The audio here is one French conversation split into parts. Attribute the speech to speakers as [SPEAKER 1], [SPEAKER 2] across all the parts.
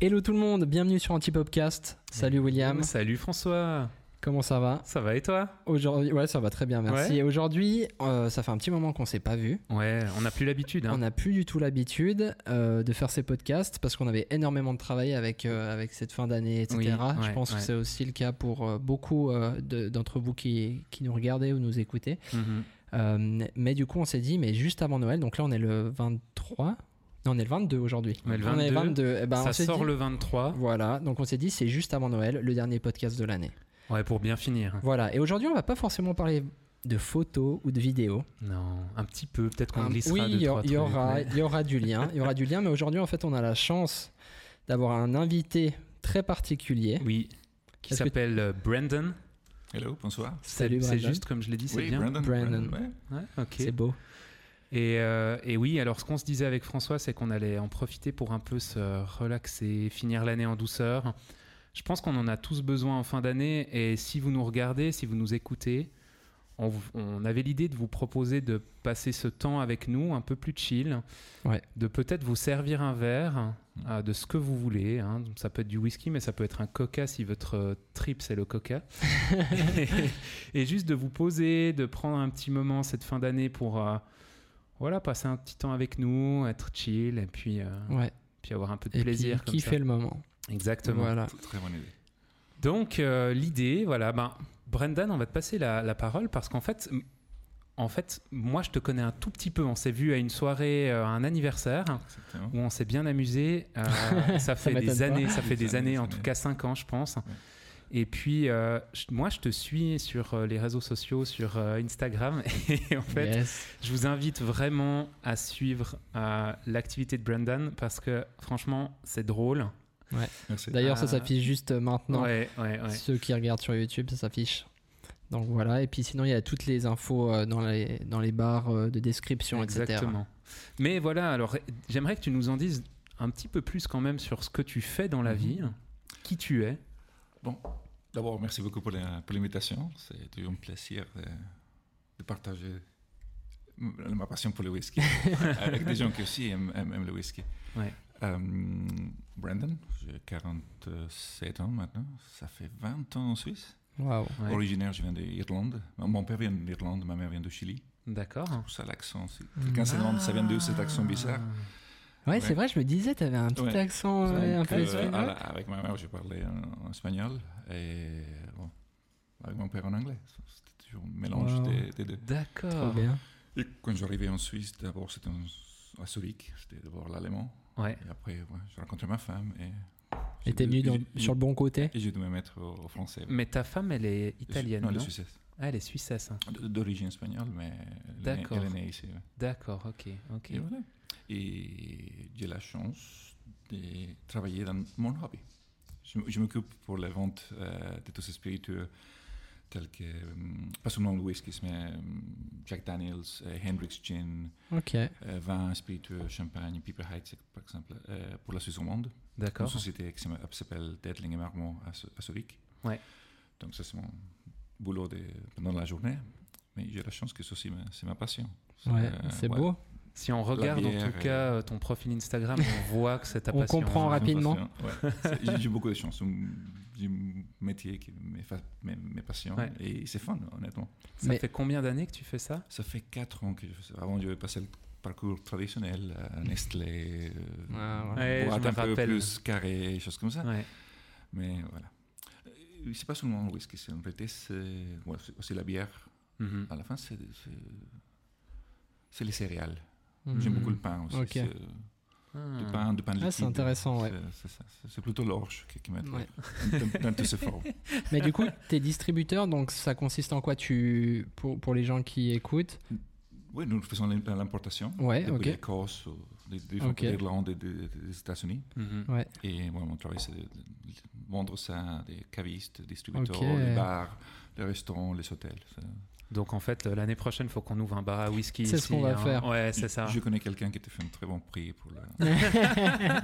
[SPEAKER 1] Hello tout le monde, bienvenue sur Antipopcast. Salut William,
[SPEAKER 2] Salut François,
[SPEAKER 1] comment ça va
[SPEAKER 2] ça va et toi
[SPEAKER 1] Aujourd'hui, ouais, ça va très bien, merci.
[SPEAKER 2] Ouais.
[SPEAKER 1] Et aujourd'hui, euh, ça fait un petit moment qu'on s'est pas vu.
[SPEAKER 2] Ouais, on n'a plus l'habitude.
[SPEAKER 1] On
[SPEAKER 2] Hein.
[SPEAKER 1] n'a plus du tout l'habitude euh, de faire ces podcasts parce qu'on avait énormément de travail avec, euh, avec cette fin d'année, etc.
[SPEAKER 2] Oui,
[SPEAKER 1] Je
[SPEAKER 2] ouais,
[SPEAKER 1] pense
[SPEAKER 2] ouais.
[SPEAKER 1] que c'est aussi le cas pour euh, beaucoup euh, de- d'entre vous qui, qui nous regardez ou nous écoutez.
[SPEAKER 2] Mhm.
[SPEAKER 1] Euh, mais du coup, on s'est dit, mais juste avant Noël, donc là, on est le 23. Non, on est le 22 aujourd'hui.
[SPEAKER 2] On est le
[SPEAKER 1] On est 22. Eh ben, on
[SPEAKER 2] ça
[SPEAKER 1] s'est
[SPEAKER 2] sort
[SPEAKER 1] dit-
[SPEAKER 2] le 23.
[SPEAKER 1] Voilà, donc on s'est dit, c'est juste avant Noël, le dernier podcast de l'année.
[SPEAKER 2] Ouais, pour bien finir.
[SPEAKER 1] Voilà, et aujourd'hui, on va pas forcément parler de photos ou de vidéos.
[SPEAKER 2] Non, un petit peu, peut-être qu'on
[SPEAKER 1] Hum,
[SPEAKER 2] glissera
[SPEAKER 1] oui,
[SPEAKER 2] deux,
[SPEAKER 1] il y,
[SPEAKER 2] trois
[SPEAKER 1] il y
[SPEAKER 2] trucs,
[SPEAKER 1] aura,
[SPEAKER 2] mais-
[SPEAKER 1] il y aura du lien, il y aura du lien, mais aujourd'hui, en fait, on a la chance d'avoir un invité très particulier.
[SPEAKER 2] Oui, qui
[SPEAKER 1] Est-ce que-
[SPEAKER 2] s'appelle euh, Brandon.
[SPEAKER 3] Hello, bonsoir.
[SPEAKER 2] C'est
[SPEAKER 1] Salut,
[SPEAKER 2] c'est
[SPEAKER 1] Brandon.
[SPEAKER 2] juste comme je l'ai dit, c'est
[SPEAKER 3] Oui,
[SPEAKER 2] bien.
[SPEAKER 3] Brandon.
[SPEAKER 1] Brandon.
[SPEAKER 3] ouais.
[SPEAKER 2] Ouais, ok.
[SPEAKER 1] C'est beau.
[SPEAKER 2] Et, euh, et oui, alors ce qu'on se disait avec François, c'est qu'on allait en profiter pour un peu se relaxer, finir l'année en douceur. Je pense qu'on en a tous besoin en fin d'année. Et si vous nous regardez, si vous nous écoutez, on, vous- on avait l'idée de vous proposer de passer ce temps avec nous, un peu plus chill,
[SPEAKER 1] Ouais.
[SPEAKER 2] de peut-être vous servir un verre euh, de ce que vous voulez. hein. Donc, Ça peut être du whisky, mais ça peut être un coca si votre euh, trip c'est le coca. et, et juste de vous poser, de prendre un petit moment cette fin d'année pour euh, voilà passer un petit temps avec nous, être chill et puis, euh,
[SPEAKER 1] Ouais.
[SPEAKER 2] puis avoir un peu de
[SPEAKER 1] Et
[SPEAKER 2] plaisir.
[SPEAKER 1] puis,
[SPEAKER 2] comme ça.
[SPEAKER 1] kiffer le moment.
[SPEAKER 2] Exactement.
[SPEAKER 1] Voilà.
[SPEAKER 3] Très bonne idée.
[SPEAKER 2] Donc euh, l'idée, voilà, ben, Brendan, on va te passer la, la parole parce qu'en fait, m- en fait, moi je te connais un tout petit peu. On s'est vu à une soirée, euh, à un anniversaire
[SPEAKER 3] Exactement.
[SPEAKER 2] où on s'est bien amusé. euh, ça fait
[SPEAKER 1] m'étonne
[SPEAKER 2] des
[SPEAKER 1] pas.
[SPEAKER 2] années, ça fait
[SPEAKER 3] Des
[SPEAKER 2] des
[SPEAKER 3] années,
[SPEAKER 2] années,
[SPEAKER 3] des
[SPEAKER 2] en
[SPEAKER 3] années.
[SPEAKER 2] tout cas 5 ans, je pense. Et puis, euh, je- moi, je te suis sur euh, les réseaux sociaux, sur euh, Instagram. Et en fait,
[SPEAKER 1] Yes.
[SPEAKER 2] je vous invite vraiment à suivre euh, l'activité de Brendan parce que franchement, c'est drôle.
[SPEAKER 3] Merci.
[SPEAKER 1] D'ailleurs, ça
[SPEAKER 2] Ah.
[SPEAKER 1] s'affiche juste maintenant.
[SPEAKER 2] Ouais, ouais, ouais.
[SPEAKER 1] Ceux qui regardent sur YouTube, ça s'affiche. Donc voilà, et puis sinon, il y a toutes les infos euh, dans les, dans les barres euh, de description, etc.
[SPEAKER 2] Exactement. Mais voilà, alors j'aimerais que tu nous en dises un petit peu plus quand même sur ce que tu fais dans la
[SPEAKER 3] Mhm.
[SPEAKER 2] vie, qui tu es.
[SPEAKER 3] D'abord, merci beaucoup pour la- pour l'invitation. C'est toujours un plaisir de, de partager m- ma passion pour le whisky avec des gens qui aussi aiment, aiment- aiment le whisky.
[SPEAKER 2] Ouais.
[SPEAKER 3] Euh, Brandon, j'ai 47 ans maintenant. Ça fait 20 ans en Suisse.
[SPEAKER 1] Waouh.
[SPEAKER 2] Ouais.
[SPEAKER 3] Originaire, je viens d'Irlande. Mon père vient d'Irlande, ma mère vient de Chili.
[SPEAKER 2] D'accord.
[SPEAKER 3] Pour ça, l'accent. si Quelqu'un
[SPEAKER 2] Ah.
[SPEAKER 3] se demande, ça vient d'où cet accent bizarre
[SPEAKER 1] Ah, Ouais,
[SPEAKER 3] Ouais.
[SPEAKER 1] c'est vrai, je me disais, t'avais un petit
[SPEAKER 3] Ouais.
[SPEAKER 1] accent
[SPEAKER 3] Donc,
[SPEAKER 1] euh, un peu
[SPEAKER 3] euh,
[SPEAKER 1] espagnol.
[SPEAKER 2] ah
[SPEAKER 3] à la- avec ma mère, je parlais en, en espagnol et bon, avec mon père en anglais. C'était toujours un mélange
[SPEAKER 1] Wow.
[SPEAKER 3] des, des deux.
[SPEAKER 1] Trop
[SPEAKER 2] D'accord.
[SPEAKER 1] bien.
[SPEAKER 3] Et quand j'arrivais en Suisse, d'abord c'était en- à Zurich, c'était d'abord l'allemand.
[SPEAKER 2] Ouais.
[SPEAKER 3] Et après, ouais, j'ai rencontré ma femme et.
[SPEAKER 1] Et
[SPEAKER 3] j'ai
[SPEAKER 1] t'es
[SPEAKER 3] dû-
[SPEAKER 1] venu dans-
[SPEAKER 3] j'ai-
[SPEAKER 1] sur le bon côté
[SPEAKER 3] Et j'ai dû me mettre au, au français.
[SPEAKER 2] Mais ta femme, elle est italienne,
[SPEAKER 3] Non,
[SPEAKER 2] non,
[SPEAKER 3] elle est suissesse.
[SPEAKER 2] Ah, elle est suissesse. hein.
[SPEAKER 3] D- D'origine espagnole, mais elle est née-
[SPEAKER 2] D'accord.
[SPEAKER 3] elle est née ici. ouais.
[SPEAKER 2] D'accord, ok, ok.
[SPEAKER 3] Et voilà. Et j'ai la chance de travailler dans mon hobby. Je, m- je m'occupe pour la vente euh, de tous ces spiritueux tels que, hum, pas seulement le whisky, mais hum, Jack Daniels, euh, Hendrix Gin,
[SPEAKER 1] Ok.
[SPEAKER 3] euh, vin spiritueux, champagne, Piper Heidsieck, par exemple, euh, pour la Suisse allemande. Une
[SPEAKER 2] D'accord.
[SPEAKER 3] société qui s'appelle- qui s'appelle Dettling et Marmont à, Zu- à Zurich.
[SPEAKER 2] Ouais.
[SPEAKER 3] Donc ça, c'est mon boulot de, pendant la journée. Mais j'ai la chance que c'est aussi ma, c'est ma passion.
[SPEAKER 1] Ouais,
[SPEAKER 3] Euh,
[SPEAKER 1] c'est
[SPEAKER 3] ouais.
[SPEAKER 1] beau.
[SPEAKER 2] Si on regarde en
[SPEAKER 3] bière
[SPEAKER 2] tout
[SPEAKER 3] et-
[SPEAKER 2] cas euh, ton profil Instagram, on voit que c'est ta
[SPEAKER 1] On
[SPEAKER 2] passion.
[SPEAKER 1] comprend
[SPEAKER 2] hein.
[SPEAKER 1] rapide. rapidement.
[SPEAKER 3] Ouais. C'est- J'ai j'ai beaucoup de chance. J'ai un métier qui me fa- me- me passionne
[SPEAKER 2] Ouais.
[SPEAKER 3] et c'est fun, honnêtement.
[SPEAKER 2] Ça
[SPEAKER 1] Mais-
[SPEAKER 2] fait combien d'années que tu fais ça
[SPEAKER 3] Ça fait 4 ans que je fais ça. Avant, j'avais passé le parcours traditionnel à Nestlé, euh,
[SPEAKER 1] Ah,
[SPEAKER 2] ouais. Ouais,
[SPEAKER 3] boîte
[SPEAKER 2] je me
[SPEAKER 3] un peu
[SPEAKER 2] rappelle.
[SPEAKER 3] plus carré, choses comme ça.
[SPEAKER 2] Ouais.
[SPEAKER 3] Mais voilà. Euh, C'est pas seulement le whisky, c'est en réalité c'est ouais, c'est aussi la bière.
[SPEAKER 2] Mhm.
[SPEAKER 3] À la fin, c'est c'est- c'est les céréales.
[SPEAKER 1] Mhm.
[SPEAKER 3] J'aime beaucoup le pain aussi.
[SPEAKER 1] Ok.
[SPEAKER 3] c'est, euh, Du
[SPEAKER 2] Ah.
[SPEAKER 3] pain, du pain
[SPEAKER 1] Ah,
[SPEAKER 3] liquide.
[SPEAKER 1] c'est intéressant, ouais.
[SPEAKER 3] C'est- C'est ça. C'est plutôt l'orge qui, qui m'aide
[SPEAKER 1] Ouais.
[SPEAKER 3] dans- dans tous ces formes.
[SPEAKER 1] Mais du coup, t'es distributeur, donc ça consiste en quoi tu pour, pour les gens qui écoutent
[SPEAKER 3] Oui, nous faisons l'im- l'importation
[SPEAKER 1] Ouais,
[SPEAKER 3] depuis
[SPEAKER 1] ok.
[SPEAKER 3] l'Écosse, ou des des-
[SPEAKER 1] Ok.
[SPEAKER 3] l'Irlande et des, des États-Unis.
[SPEAKER 2] Mhm.
[SPEAKER 1] Ouais.
[SPEAKER 3] Et moi, mon travail, c'est de de vendre ça à des cavistes, distributeurs,
[SPEAKER 1] Ok.
[SPEAKER 3] les bars, les restaurants, les hôtels. Ça-
[SPEAKER 2] Donc en fait, euh, l'année prochaine, il faut qu'on ouvre un bar à whisky.
[SPEAKER 1] C'est ce
[SPEAKER 2] ici,
[SPEAKER 1] qu'on va
[SPEAKER 2] hein.
[SPEAKER 1] faire.
[SPEAKER 2] Ouais, c'est ça.
[SPEAKER 3] Je connais quelqu'un qui te fait un très bon prix pour la.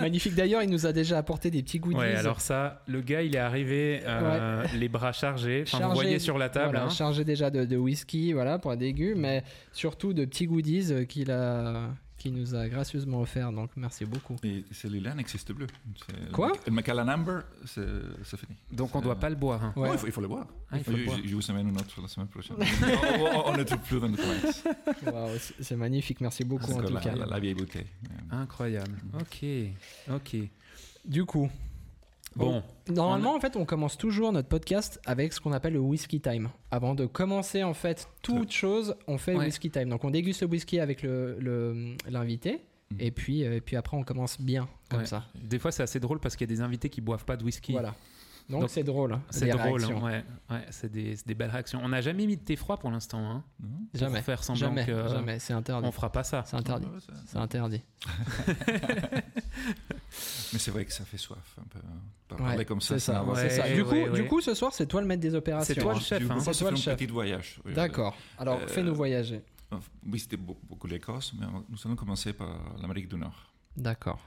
[SPEAKER 1] Magnifique. D'ailleurs, il nous a déjà apporté des petits goodies.
[SPEAKER 2] Ouais, alors ça, le gars, il est arrivé euh, les bras chargés. Enfin, vous
[SPEAKER 1] Chargés,
[SPEAKER 2] voyez sur la table.
[SPEAKER 1] Voilà,
[SPEAKER 2] hein.
[SPEAKER 1] chargé déjà de, de whisky, voilà, pour un dégu, mais surtout de petits goodies euh, qu'il a qui nous a gracieusement offert, donc merci beaucoup.
[SPEAKER 3] Et celui-là n'existe plus. C'est-
[SPEAKER 1] Quoi
[SPEAKER 3] Le Macallan Amber, c'est c'est fini.
[SPEAKER 2] Donc on
[SPEAKER 3] C'est-
[SPEAKER 2] doit pas le boire. hein.
[SPEAKER 1] Ouais.
[SPEAKER 3] Non, il, faut, il faut le boire.
[SPEAKER 2] Ah, il faut
[SPEAKER 3] je,
[SPEAKER 2] le boire.
[SPEAKER 3] je- je vous amène une autre la semaine prochaine. on, on- on ne trouve plus dans le commerce.
[SPEAKER 1] Waouh, c'est- c'est magnifique, merci beaucoup en
[SPEAKER 3] C'est
[SPEAKER 1] tout
[SPEAKER 3] la,
[SPEAKER 1] cas.
[SPEAKER 3] la- la vieille bouteille. Euh,
[SPEAKER 2] Incroyable. Ok, ok.
[SPEAKER 1] Oh. Du coup,
[SPEAKER 2] Bon,
[SPEAKER 1] normalement, en fait, on commence toujours notre podcast avec ce qu'on appelle le whisky time. Avant de commencer, en fait, toute chose, on fait le
[SPEAKER 2] Ouais.
[SPEAKER 1] whisky time. Donc, on déguste le whisky avec l'invité, le, l'invité
[SPEAKER 3] Mhm.
[SPEAKER 1] et, puis, euh, et puis après, on commence bien, comme
[SPEAKER 2] Hmm. Ouais.
[SPEAKER 1] ça.
[SPEAKER 2] des fois c'est assez drôle parce qu'il y a des invités qui boivent pas de whisky.
[SPEAKER 1] Voilà. Donc,
[SPEAKER 2] Donc,
[SPEAKER 1] c'est drôle.
[SPEAKER 2] C'est
[SPEAKER 1] les
[SPEAKER 2] drôle, hein,
[SPEAKER 1] réactions.
[SPEAKER 2] ouais, ouais, c'est des, c'est des belles réactions. On n'a jamais mis de thé froid pour l'instant, hein,
[SPEAKER 3] non
[SPEAKER 1] Jamais.
[SPEAKER 2] pour faire semblant
[SPEAKER 1] Jamais,
[SPEAKER 2] que euh,
[SPEAKER 1] jamais, c'est interdit.
[SPEAKER 2] on fera pas ça.
[SPEAKER 1] C'est interdit.
[SPEAKER 3] Ouais, ça-
[SPEAKER 1] C'est interdit.
[SPEAKER 3] Mais c'est vrai que ça fait soif un peu. hein. Par-
[SPEAKER 1] Ouais,
[SPEAKER 3] Parler comme ça,
[SPEAKER 1] c'est ça.
[SPEAKER 3] va-
[SPEAKER 1] c'est
[SPEAKER 2] Ouais,
[SPEAKER 1] ça. Du, coup,
[SPEAKER 2] ouais,
[SPEAKER 1] du
[SPEAKER 2] ouais.
[SPEAKER 1] coup, ce soir, c'est toi le maître des opérations.
[SPEAKER 2] C'est toi le
[SPEAKER 1] hein.
[SPEAKER 2] chef,
[SPEAKER 3] Du
[SPEAKER 2] hein.
[SPEAKER 3] coup,
[SPEAKER 1] C'est toi
[SPEAKER 3] ça fait
[SPEAKER 1] le
[SPEAKER 3] un
[SPEAKER 1] chef.
[SPEAKER 3] petit voyage. oui.
[SPEAKER 1] D'accord. Alors,
[SPEAKER 3] Euh,
[SPEAKER 1] fais-nous voyager.
[SPEAKER 3] Oui, c'était beau- beaucoup l'Écosse, mais on- nous allons commencer par l'Amérique du Nord.
[SPEAKER 1] D'accord.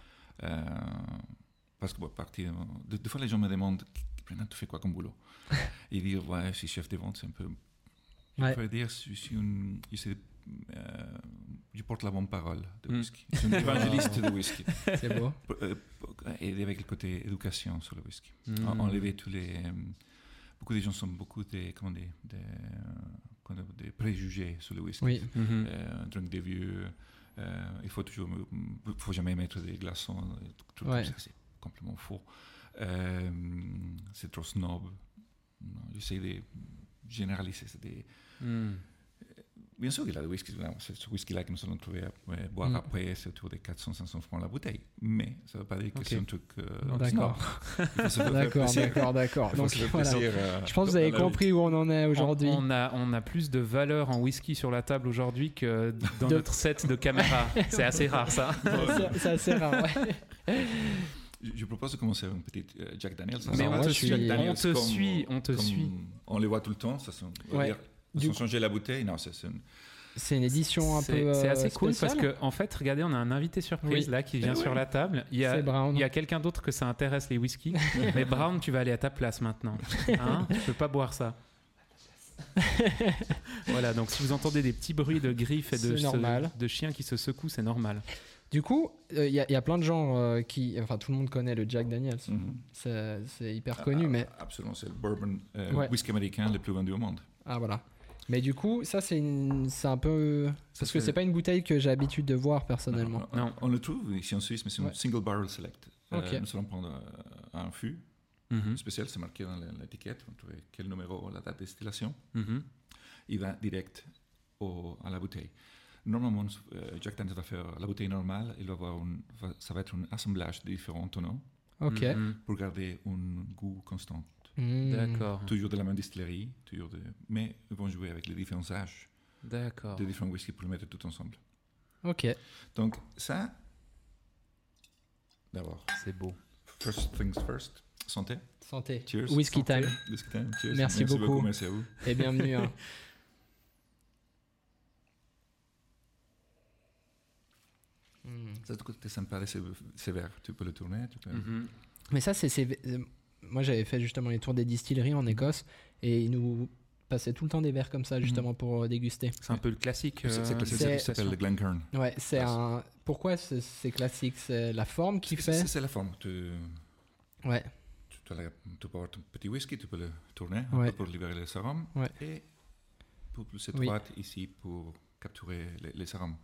[SPEAKER 3] Euh, parce que bon, partir. Des, des fois, les gens me demandent Brennan, tu fais quoi comme boulot Ils disent Ouais, je suis chef des ventes, c'est un peu. Je
[SPEAKER 1] Ouais.
[SPEAKER 3] pourrais dire Je suis une. Je, suis, euh, je porte la bonne parole de
[SPEAKER 2] Mm.
[SPEAKER 3] whisky. Je suis un évangéliste de whisky.
[SPEAKER 1] C'est beau.
[SPEAKER 3] P- euh, p- Et avec le côté éducation sur le whisky.
[SPEAKER 2] Mm.
[SPEAKER 3] En- Enlever tous les. euh, Beaucoup de gens sont beaucoup des, comment dire, des, comment dire, des préjugés sur le whisky.
[SPEAKER 1] Oui.
[SPEAKER 2] Mhm.
[SPEAKER 3] Euh, un truc de vieux. euh, il faut toujours, il faut jamais mettre des glaçons. des trucs comme
[SPEAKER 1] Ouais.
[SPEAKER 3] ça, C'est complètement faux. Euh, c'est trop snob. Non, J'essaie de généraliser. c'est des-
[SPEAKER 1] Hmm.
[SPEAKER 2] Mhm.
[SPEAKER 3] Bien sûr qu'il y a le whisky. là, C'est ce whisky-là que nous allons trouver à euh, boire
[SPEAKER 1] Mm.
[SPEAKER 3] après, c'est autour des 400-500 francs la bouteille. Mais ça ne veut pas dire que
[SPEAKER 2] Ok.
[SPEAKER 3] c'est un truc euh, snob.
[SPEAKER 1] D'accord.
[SPEAKER 3] Il faut se faire
[SPEAKER 1] D'accord,
[SPEAKER 3] plaisir.
[SPEAKER 1] d'accord, d'accord.
[SPEAKER 3] Il faut
[SPEAKER 1] Donc
[SPEAKER 3] se faire
[SPEAKER 1] voilà.
[SPEAKER 3] plaisir, euh,
[SPEAKER 1] Je pense que vous
[SPEAKER 3] dans
[SPEAKER 1] avez
[SPEAKER 3] la vie.
[SPEAKER 1] compris où on en est aujourd'hui.
[SPEAKER 2] On, on a, on a plus de valeur en whisky sur la table aujourd'hui que dans
[SPEAKER 1] De-
[SPEAKER 2] notre set de caméra. C'est assez rare ça.
[SPEAKER 1] C'est- C'est assez rare. ouais.
[SPEAKER 3] Je je propose de commencer avec une petite euh, Jack Daniels.
[SPEAKER 1] Mais on
[SPEAKER 3] va
[SPEAKER 1] te
[SPEAKER 3] sur
[SPEAKER 1] suit,
[SPEAKER 3] Jack
[SPEAKER 1] on
[SPEAKER 3] Daniels
[SPEAKER 2] te suit, on te suit.
[SPEAKER 3] On les voit tout le temps. Ça sont, on va
[SPEAKER 1] Ouais.
[SPEAKER 3] dire,
[SPEAKER 1] Du
[SPEAKER 3] ils ont
[SPEAKER 1] coup-
[SPEAKER 3] changé la bouteille. Non, c'est c'est une-
[SPEAKER 1] C'est une édition un peu.
[SPEAKER 2] C'est c'est
[SPEAKER 1] euh,
[SPEAKER 2] assez cool parce
[SPEAKER 1] spéciale.
[SPEAKER 2] que en fait, regardez, on a un invité surprise
[SPEAKER 1] Oui.
[SPEAKER 2] là qui vient
[SPEAKER 3] oui.
[SPEAKER 2] sur la table. Il y a,
[SPEAKER 1] C'est Brown.
[SPEAKER 2] il y a quelqu'un d'autre que ça intéresse les whiskies. Mais Brown, tu vas aller à ta place maintenant. Hein tu peux pas boire ça. voilà, donc si vous entendez des petits bruits de griffes et de,
[SPEAKER 1] C'est normal.
[SPEAKER 2] de chiens qui se secouent, c'est normal.
[SPEAKER 1] Du coup, euh, il y, a- il y a plein de gens euh, qui. Enfin, tout le monde connaît le Jack Daniels.
[SPEAKER 2] Mm.
[SPEAKER 3] Mhm.
[SPEAKER 1] C'est c'est hyper connu,
[SPEAKER 3] Ah,
[SPEAKER 1] mais.
[SPEAKER 3] Absolument, c'est le bourbon euh,
[SPEAKER 1] Ouais.
[SPEAKER 3] whisky américain le plus vendu au monde.
[SPEAKER 1] Ah, voilà. Mais du coup, ça, c'est une- c'est un peu.
[SPEAKER 3] Ça
[SPEAKER 1] Parce que
[SPEAKER 3] fait-
[SPEAKER 1] c'est pas une bouteille que j'ai l'habitude de voir personnellement.
[SPEAKER 3] On,
[SPEAKER 2] Non.
[SPEAKER 3] on le trouve ici en Suisse, mais c'est
[SPEAKER 1] Ouais.
[SPEAKER 3] un single barrel select.
[SPEAKER 1] Ok.
[SPEAKER 3] Euh, nous allons prendre euh, un fût
[SPEAKER 2] Mhm,
[SPEAKER 3] spécial, c'est marqué dans la- l'étiquette. On trouve quel numéro, la date de distillation.
[SPEAKER 2] mhm.
[SPEAKER 3] il va direct au- à la bouteille. Normalement, euh, Jack Daniels va faire la bouteille normale, il va avoir une- va- ça va être un assemblage de différents tonneaux
[SPEAKER 1] Ok.
[SPEAKER 2] Mhm.
[SPEAKER 3] pour garder un goût constant.
[SPEAKER 1] Mhm.
[SPEAKER 2] D'accord.
[SPEAKER 3] Toujours de la même distillerie, toujours de, mais ils vont jouer avec les différents âges
[SPEAKER 2] D'accord.
[SPEAKER 3] des différents whisky pour les mettre tout ensemble.
[SPEAKER 1] Mm. Ok.
[SPEAKER 3] Donc ça, d'abord,
[SPEAKER 2] C'est beau.
[SPEAKER 3] first things first, santé,
[SPEAKER 1] Santé.
[SPEAKER 3] cheers.
[SPEAKER 1] Whisky time.
[SPEAKER 3] Whisky time, cheers.
[SPEAKER 1] Merci beaucoup.
[SPEAKER 3] merci à vous.
[SPEAKER 1] Et bienvenue. hein. Mhm.
[SPEAKER 3] Ça, c'est sympa, de ces ces verres, tu peux le tourner, tu
[SPEAKER 1] Mm.
[SPEAKER 3] peux...
[SPEAKER 2] Mhm.
[SPEAKER 1] Mais ça, c'est. c'est- euh, Moi, j'avais fait justement les tours des distilleries en Écosse et ils nous passaient tout le temps des verres comme ça, justement, pour euh, déguster.
[SPEAKER 2] C'est un peu le classique.
[SPEAKER 3] C'est- c'est
[SPEAKER 2] euh,
[SPEAKER 3] classique,
[SPEAKER 1] c'est-
[SPEAKER 3] ça s'appelle le Glencairn.
[SPEAKER 1] Ouais, c'est
[SPEAKER 3] Yes.
[SPEAKER 1] un. Pourquoi c'est c'est classique C'est la forme qui
[SPEAKER 3] C'est-
[SPEAKER 1] fait.
[SPEAKER 3] C'est c'est la forme. Tu,
[SPEAKER 1] Ouais,
[SPEAKER 3] tu, tu la- tu peux avoir ton petit whisky, tu peux le tourner un
[SPEAKER 1] Ouais.
[SPEAKER 3] peu pour libérer les arômes.
[SPEAKER 1] Ouais.
[SPEAKER 3] Et pour plus
[SPEAKER 1] Oui.
[SPEAKER 3] étroite ici pour capturer les, les arômes.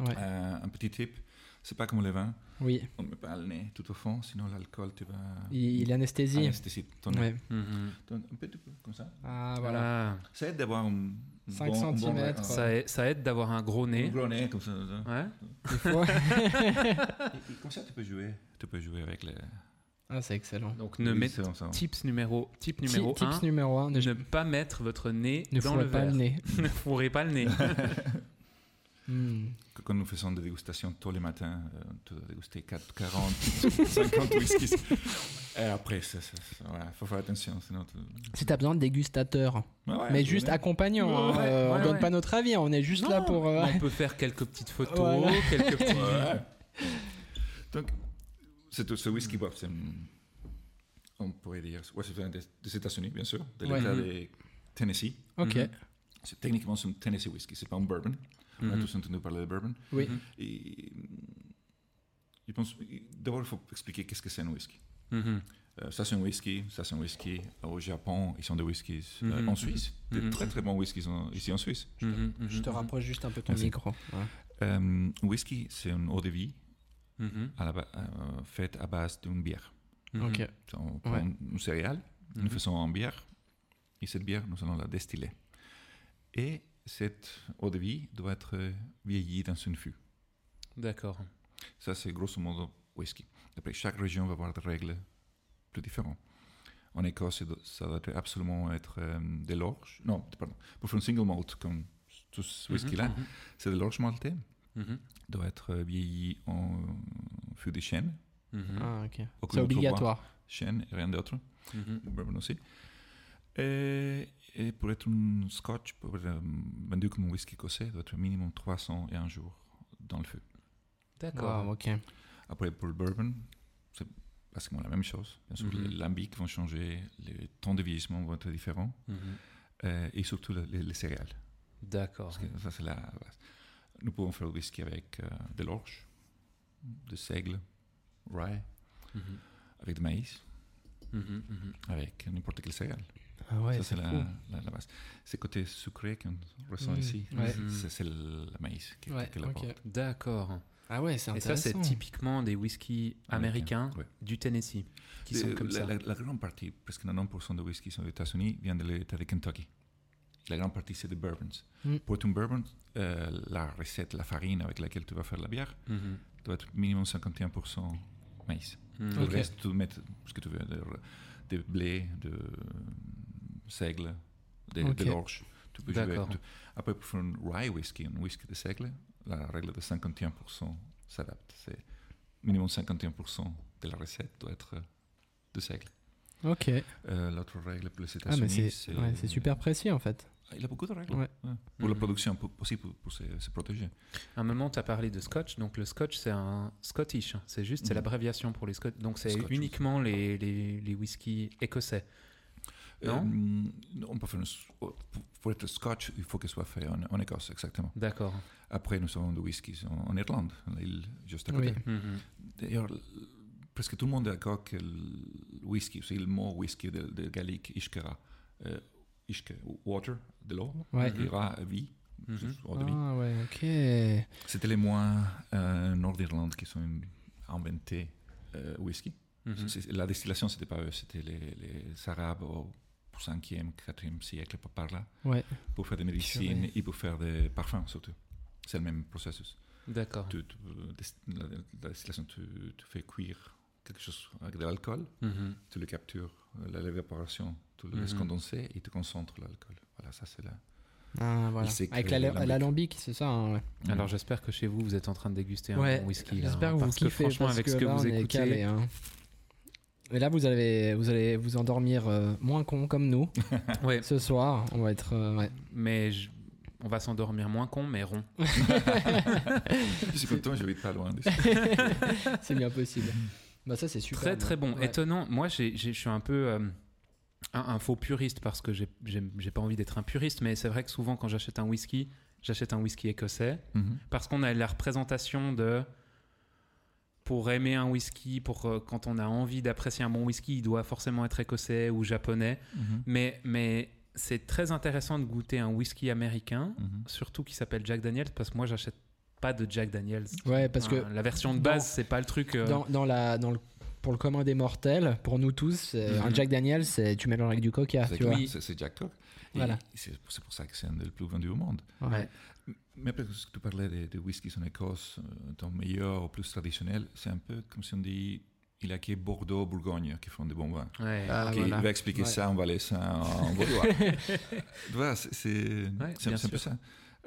[SPEAKER 1] Ouais.
[SPEAKER 3] Euh, un petit tip, c'est pas comme le vin,
[SPEAKER 1] oui.
[SPEAKER 3] on ne met pas le nez tout au fond, sinon l'alcool tu vas
[SPEAKER 1] Il, il anesthésie.
[SPEAKER 3] anesthésie ton nez.
[SPEAKER 1] Ouais.
[SPEAKER 2] mhm.
[SPEAKER 3] Ton- Un petit peu comme ça.
[SPEAKER 1] Ah, voilà.
[SPEAKER 2] Ah,
[SPEAKER 3] Ça aide d'avoir un
[SPEAKER 1] Cinq
[SPEAKER 3] bon, un bon,
[SPEAKER 1] centimètres.
[SPEAKER 3] un-
[SPEAKER 2] ça, aide, ça aide d'avoir un gros
[SPEAKER 3] un
[SPEAKER 2] nez.
[SPEAKER 3] gros nez comme ça. ça.
[SPEAKER 2] Ouais.
[SPEAKER 1] Il faut-
[SPEAKER 3] Et- et comme ça tu peux jouer, Ah. tu peux jouer avec les.
[SPEAKER 1] ah, c'est excellent.
[SPEAKER 2] Donc ne
[SPEAKER 3] Oui,
[SPEAKER 2] mettez
[SPEAKER 3] c'est comme ça.
[SPEAKER 2] tips numéro type numéro
[SPEAKER 1] Ti-
[SPEAKER 2] 1
[SPEAKER 1] Tips numéro 1. Ne,
[SPEAKER 2] ne pas mettre votre nez
[SPEAKER 1] ne
[SPEAKER 2] dans
[SPEAKER 1] fourrez
[SPEAKER 2] le
[SPEAKER 1] pas
[SPEAKER 2] verre.
[SPEAKER 1] le nez.
[SPEAKER 2] ne fourrez pas le nez.
[SPEAKER 1] Hmm.
[SPEAKER 3] Que- Quand nous faisons des dégustations tous les matins, euh, on doit déguster 4, 40, 50 whiskies. Et après, ça, ça, ça, voilà, faut faire attention. Sinon tu-
[SPEAKER 1] Si t'as besoin de dégustateurs,
[SPEAKER 3] Ouais, ouais,
[SPEAKER 1] mais
[SPEAKER 3] tu
[SPEAKER 1] juste
[SPEAKER 3] connais.
[SPEAKER 1] accompagnant. hein,
[SPEAKER 2] Ouais,
[SPEAKER 1] euh, on
[SPEAKER 2] ouais,
[SPEAKER 1] donne
[SPEAKER 2] ouais.
[SPEAKER 1] pas notre avis, hein, on est juste là
[SPEAKER 2] Non,
[SPEAKER 1] pour. euh,
[SPEAKER 2] On peut faire quelques petites photos,
[SPEAKER 1] Voilà.
[SPEAKER 2] quelques petits.
[SPEAKER 3] Ouais. Donc, c'est tout- ce whisky, bah, c'est, hum, on pourrait dire, ouais, c'est des, des États-Unis, bien sûr, de
[SPEAKER 1] Ouais.
[SPEAKER 3] l'État
[SPEAKER 2] Mhm.
[SPEAKER 3] de Tennessee.
[SPEAKER 1] Ok.
[SPEAKER 2] Mhm.
[SPEAKER 3] C'est techniquement c'est un Tennessee whisky, c'est pas un bourbon. On a
[SPEAKER 2] Mhm.
[SPEAKER 3] tous entendu parler de bourbon.
[SPEAKER 1] Oui.
[SPEAKER 2] Mhm.
[SPEAKER 3] Et je pense, d'abord, il faut expliquer qu'est-ce que c'est un whisky.
[SPEAKER 2] Mhm.
[SPEAKER 3] Euh, ça, c'est un whisky, ça, c'est un whisky. Au Japon, ils sont des whiskies. Euh,
[SPEAKER 2] Mhm.
[SPEAKER 3] en Suisse, des
[SPEAKER 2] Mhm.
[SPEAKER 3] très très bons whiskies en- ici en Suisse.
[SPEAKER 2] Mhm. Mhm.
[SPEAKER 1] Je te rapproche juste un peu ton
[SPEAKER 3] Merci.
[SPEAKER 1] micro. Voilà.
[SPEAKER 3] Euh, un whisky, c'est un eau de vie
[SPEAKER 2] Mhm.
[SPEAKER 3] à la ba- euh, faite à base d'une bière.
[SPEAKER 2] Mhm.
[SPEAKER 1] Ok.
[SPEAKER 3] On prend
[SPEAKER 1] Ouais.
[SPEAKER 3] une céréale,
[SPEAKER 2] Mhm.
[SPEAKER 3] nous faisons en bière, et cette bière, nous allons la distiller. Et cette eau de vie doit être vieillie dans une fût.
[SPEAKER 2] D'accord.
[SPEAKER 3] Ça, c'est grosso modo whisky. Après, chaque région va avoir des règles plus différentes. En Écosse, ça doit- ça doit absolument être euh, de l'orge. Non, pardon. Pour faire un single malt, comme tout ce whisky-là,
[SPEAKER 2] Mhm.
[SPEAKER 3] c'est de l'orge maltée.
[SPEAKER 2] Mhm.
[SPEAKER 3] doit être euh, vieilli en euh, fût de chêne.
[SPEAKER 2] Mhm.
[SPEAKER 1] Ah, ok.
[SPEAKER 3] Aucun
[SPEAKER 1] C'est
[SPEAKER 3] autre bois.
[SPEAKER 1] obligatoire.
[SPEAKER 3] Chêne, rien d'autre.
[SPEAKER 1] Ah.
[SPEAKER 2] Mhm.
[SPEAKER 3] Bourbon aussi. Et, et pour être un scotch, pour être euh, vendu comme un whisky écossais, doit être minimum 300 et un jour dans le feu.
[SPEAKER 2] D'accord.
[SPEAKER 1] Wow, ok.
[SPEAKER 3] Après, pour le bourbon, c'est pratiquement la même chose. Bien sûr,
[SPEAKER 2] Mhm.
[SPEAKER 3] les lambics vont changer, les temps de vieillissement vont être différents,
[SPEAKER 2] Mhm.
[SPEAKER 3] euh, et surtout le- les, les céréales.
[SPEAKER 2] D'accord.
[SPEAKER 3] Parce que ça, c'est la base. Nous pouvons faire le whisky avec euh, de l'orge, de seigle, rye,
[SPEAKER 2] Mhm.
[SPEAKER 3] avec du maïs.
[SPEAKER 2] Mhm. Mhm.
[SPEAKER 3] avec n'importe quelle céréale.
[SPEAKER 1] Ah ouais,
[SPEAKER 3] ça,
[SPEAKER 1] c'est
[SPEAKER 3] c'est la,
[SPEAKER 1] fou.
[SPEAKER 3] la, la base. C'est côté sucré qu'on ressent
[SPEAKER 1] Mm,
[SPEAKER 3] ici.
[SPEAKER 1] ouais.
[SPEAKER 3] c'est- C'est c'est le maïs qui,
[SPEAKER 1] Ouais,
[SPEAKER 3] qui l'apporte.
[SPEAKER 1] ok.
[SPEAKER 2] D'accord.
[SPEAKER 1] Ah ouais, c'est
[SPEAKER 2] Et
[SPEAKER 1] intéressant.
[SPEAKER 2] ça, c'est typiquement des whiskies
[SPEAKER 3] Américain,
[SPEAKER 2] américains
[SPEAKER 3] ouais.
[SPEAKER 2] du Tennessee qui
[SPEAKER 3] Le-
[SPEAKER 2] sont comme
[SPEAKER 3] Euh, la,
[SPEAKER 2] ça.
[SPEAKER 3] La, la grande partie, presque 90% de whisky sont aux États-Unis, vient de l'État de Kentucky. La grande partie, c'est des bourbons.
[SPEAKER 1] Mm.
[SPEAKER 3] Pour un bourbon, euh, la recette, la farine avec laquelle tu vas faire la bière,
[SPEAKER 2] Mhm.
[SPEAKER 3] doit être minimum 51% maïs.
[SPEAKER 2] Mhm.
[SPEAKER 3] Le
[SPEAKER 1] Ok.
[SPEAKER 3] reste, tu mets ce que tu veux, de, de blé, de euh, seigle, de, de
[SPEAKER 1] Ok.
[SPEAKER 3] l'orge. Tu peux jouer avec
[SPEAKER 2] D'accord.
[SPEAKER 3] tout. Après, pour faire un rye whisky, un whisky de seigle, la règle de 51% s'adapte. C'est minimum 51% de la recette doit être euh, de seigle.
[SPEAKER 1] Ok.
[SPEAKER 3] Euh, L'autre règle pour les
[SPEAKER 1] Ah, mais
[SPEAKER 3] États-Unis,
[SPEAKER 1] c'est ouais, c'est super précis en fait.
[SPEAKER 3] Ah, Il a beaucoup de règles.
[SPEAKER 1] Ouais.
[SPEAKER 3] Ouais. Pour la
[SPEAKER 2] Mhm.
[SPEAKER 3] production, pour, aussi pour, pour se, se protéger.
[SPEAKER 2] À un moment, tu as parlé de scotch. Donc, le scotch, c'est un scottish. C'est juste, c'est
[SPEAKER 3] Mhm.
[SPEAKER 2] l'abréviation pour les scotch. Donc, c'est
[SPEAKER 3] Scotch, oui.
[SPEAKER 2] uniquement les, les, les whiskies écossais. Non.
[SPEAKER 3] Euh, on peut faire un s- pour, pour être scotch, il faut qu'il soit fait en- en Écosse, exactement.
[SPEAKER 2] D'accord.
[SPEAKER 3] Après, nous avons du whisky en, en Irlande, l'île juste à
[SPEAKER 1] Oui.
[SPEAKER 3] côté.
[SPEAKER 2] Mhm.
[SPEAKER 3] D'ailleurs, l- presque tout le monde est d'accord que le whisky, c'est le mot whisky de, de gaélique Ishkera. Euh, ishke, water, de l'eau.
[SPEAKER 1] Ouais.
[SPEAKER 2] Mhm.
[SPEAKER 3] Ira, vie.
[SPEAKER 2] Mhm.
[SPEAKER 3] c'est eau de vie.
[SPEAKER 1] Ah ouais, ok.
[SPEAKER 3] C'était les mois euh, nord d'Irlande qui sont inventés euh, whisky.
[SPEAKER 2] Mhm.
[SPEAKER 3] C'est- La distillation, c'était pas eux, c'était les, les Arabes au 5e, 4e siècle, par- par là,
[SPEAKER 1] Ouais.
[SPEAKER 3] pour faire des médecines et pour faire des parfums surtout. C'est le même processus.
[SPEAKER 2] D'accord.
[SPEAKER 3] tu, tu- des- la, la distillation, tu, tu fais cuire quelque chose avec de l'alcool,
[SPEAKER 2] Mhm.
[SPEAKER 3] tu le captures, euh, la- l'évaporation, tu le laisses
[SPEAKER 2] Mhm.
[SPEAKER 3] condenser et tu concentres l'alcool. Voilà, ça c'est là.
[SPEAKER 1] Ah, voilà.
[SPEAKER 3] Il sait que
[SPEAKER 1] Avec la-
[SPEAKER 3] l'alambic-
[SPEAKER 1] l'alambic, c'est ça. hein, ouais.
[SPEAKER 2] Alors, j'espère que chez vous, vous êtes en train de déguster un
[SPEAKER 1] Ouais,
[SPEAKER 2] bon whisky. là,
[SPEAKER 1] J'espère que vous
[SPEAKER 2] parce
[SPEAKER 1] kiffez.
[SPEAKER 2] franchement,
[SPEAKER 1] parce
[SPEAKER 2] avec ce que
[SPEAKER 1] là,
[SPEAKER 2] vous
[SPEAKER 1] on est
[SPEAKER 2] écoutez,
[SPEAKER 1] calé, hein. Et là, vous allez, vous allez vous endormir euh, moins con comme nous.
[SPEAKER 2] Ouais.
[SPEAKER 1] Ce soir, on va être. euh, ouais.
[SPEAKER 2] mais je- on va s'endormir moins con, mais rond.
[SPEAKER 3] Je suis content, j'habite pas loin. d'ici.
[SPEAKER 1] c'est bien possible. Bah ça, c'est super.
[SPEAKER 2] Très très bon,
[SPEAKER 1] Ouais.
[SPEAKER 2] étonnant. Moi, j'ai- j'ai- je suis un peu euh, un, un faux puriste parce que j'ai j'ai- j'ai pas envie d'être un puriste, mais c'est vrai que souvent quand j'achète un whisky, j'achète un whisky écossais
[SPEAKER 3] Mhm.
[SPEAKER 2] parce qu'on a la représentation de pour aimer un whisky, pour euh, quand on a envie d'apprécier un bon whisky, il doit forcément être écossais ou japonais.
[SPEAKER 3] Mhm.
[SPEAKER 2] Mais mais c'est très intéressant de goûter un whisky américain,
[SPEAKER 3] Mhm.
[SPEAKER 2] surtout qui s'appelle Jack Daniel's, parce que moi j'achète pas de Jack Daniel's.
[SPEAKER 1] Ouais, parce que
[SPEAKER 2] Hein, la version de
[SPEAKER 1] dans-
[SPEAKER 2] base, c'est pas le truc. euh,
[SPEAKER 1] dans, dans la, dans le, pour le commun des mortels, pour nous tous, c'est-
[SPEAKER 2] Mhm.
[SPEAKER 1] un Jack Daniel, c'est tu mélanges avec du coca,
[SPEAKER 3] C'est-
[SPEAKER 1] Ah, tu vois.
[SPEAKER 3] oui, C'est c'est Jack Tork. Et
[SPEAKER 1] Voilà.
[SPEAKER 3] C'est c'est pour ça que c'est un des plus vendus au monde.
[SPEAKER 1] Ouais.
[SPEAKER 3] Mais après, parce que tu parlais des, des whiskies en Écosse, euh, ton meilleur ou plus traditionnel, c'est un peu comme si on dit il y a que Bordeaux, Bourgogne qui font des bons vins.
[SPEAKER 2] ouais.
[SPEAKER 1] Ah,
[SPEAKER 3] Ok,
[SPEAKER 1] voilà.
[SPEAKER 3] Il va expliquer
[SPEAKER 1] Ouais.
[SPEAKER 3] ça en valaisan, en vaudois. tu vois, c'est c'est-
[SPEAKER 2] Ouais,
[SPEAKER 3] c'est un
[SPEAKER 2] bien
[SPEAKER 3] c'est un peu
[SPEAKER 2] sûr.
[SPEAKER 3] ça.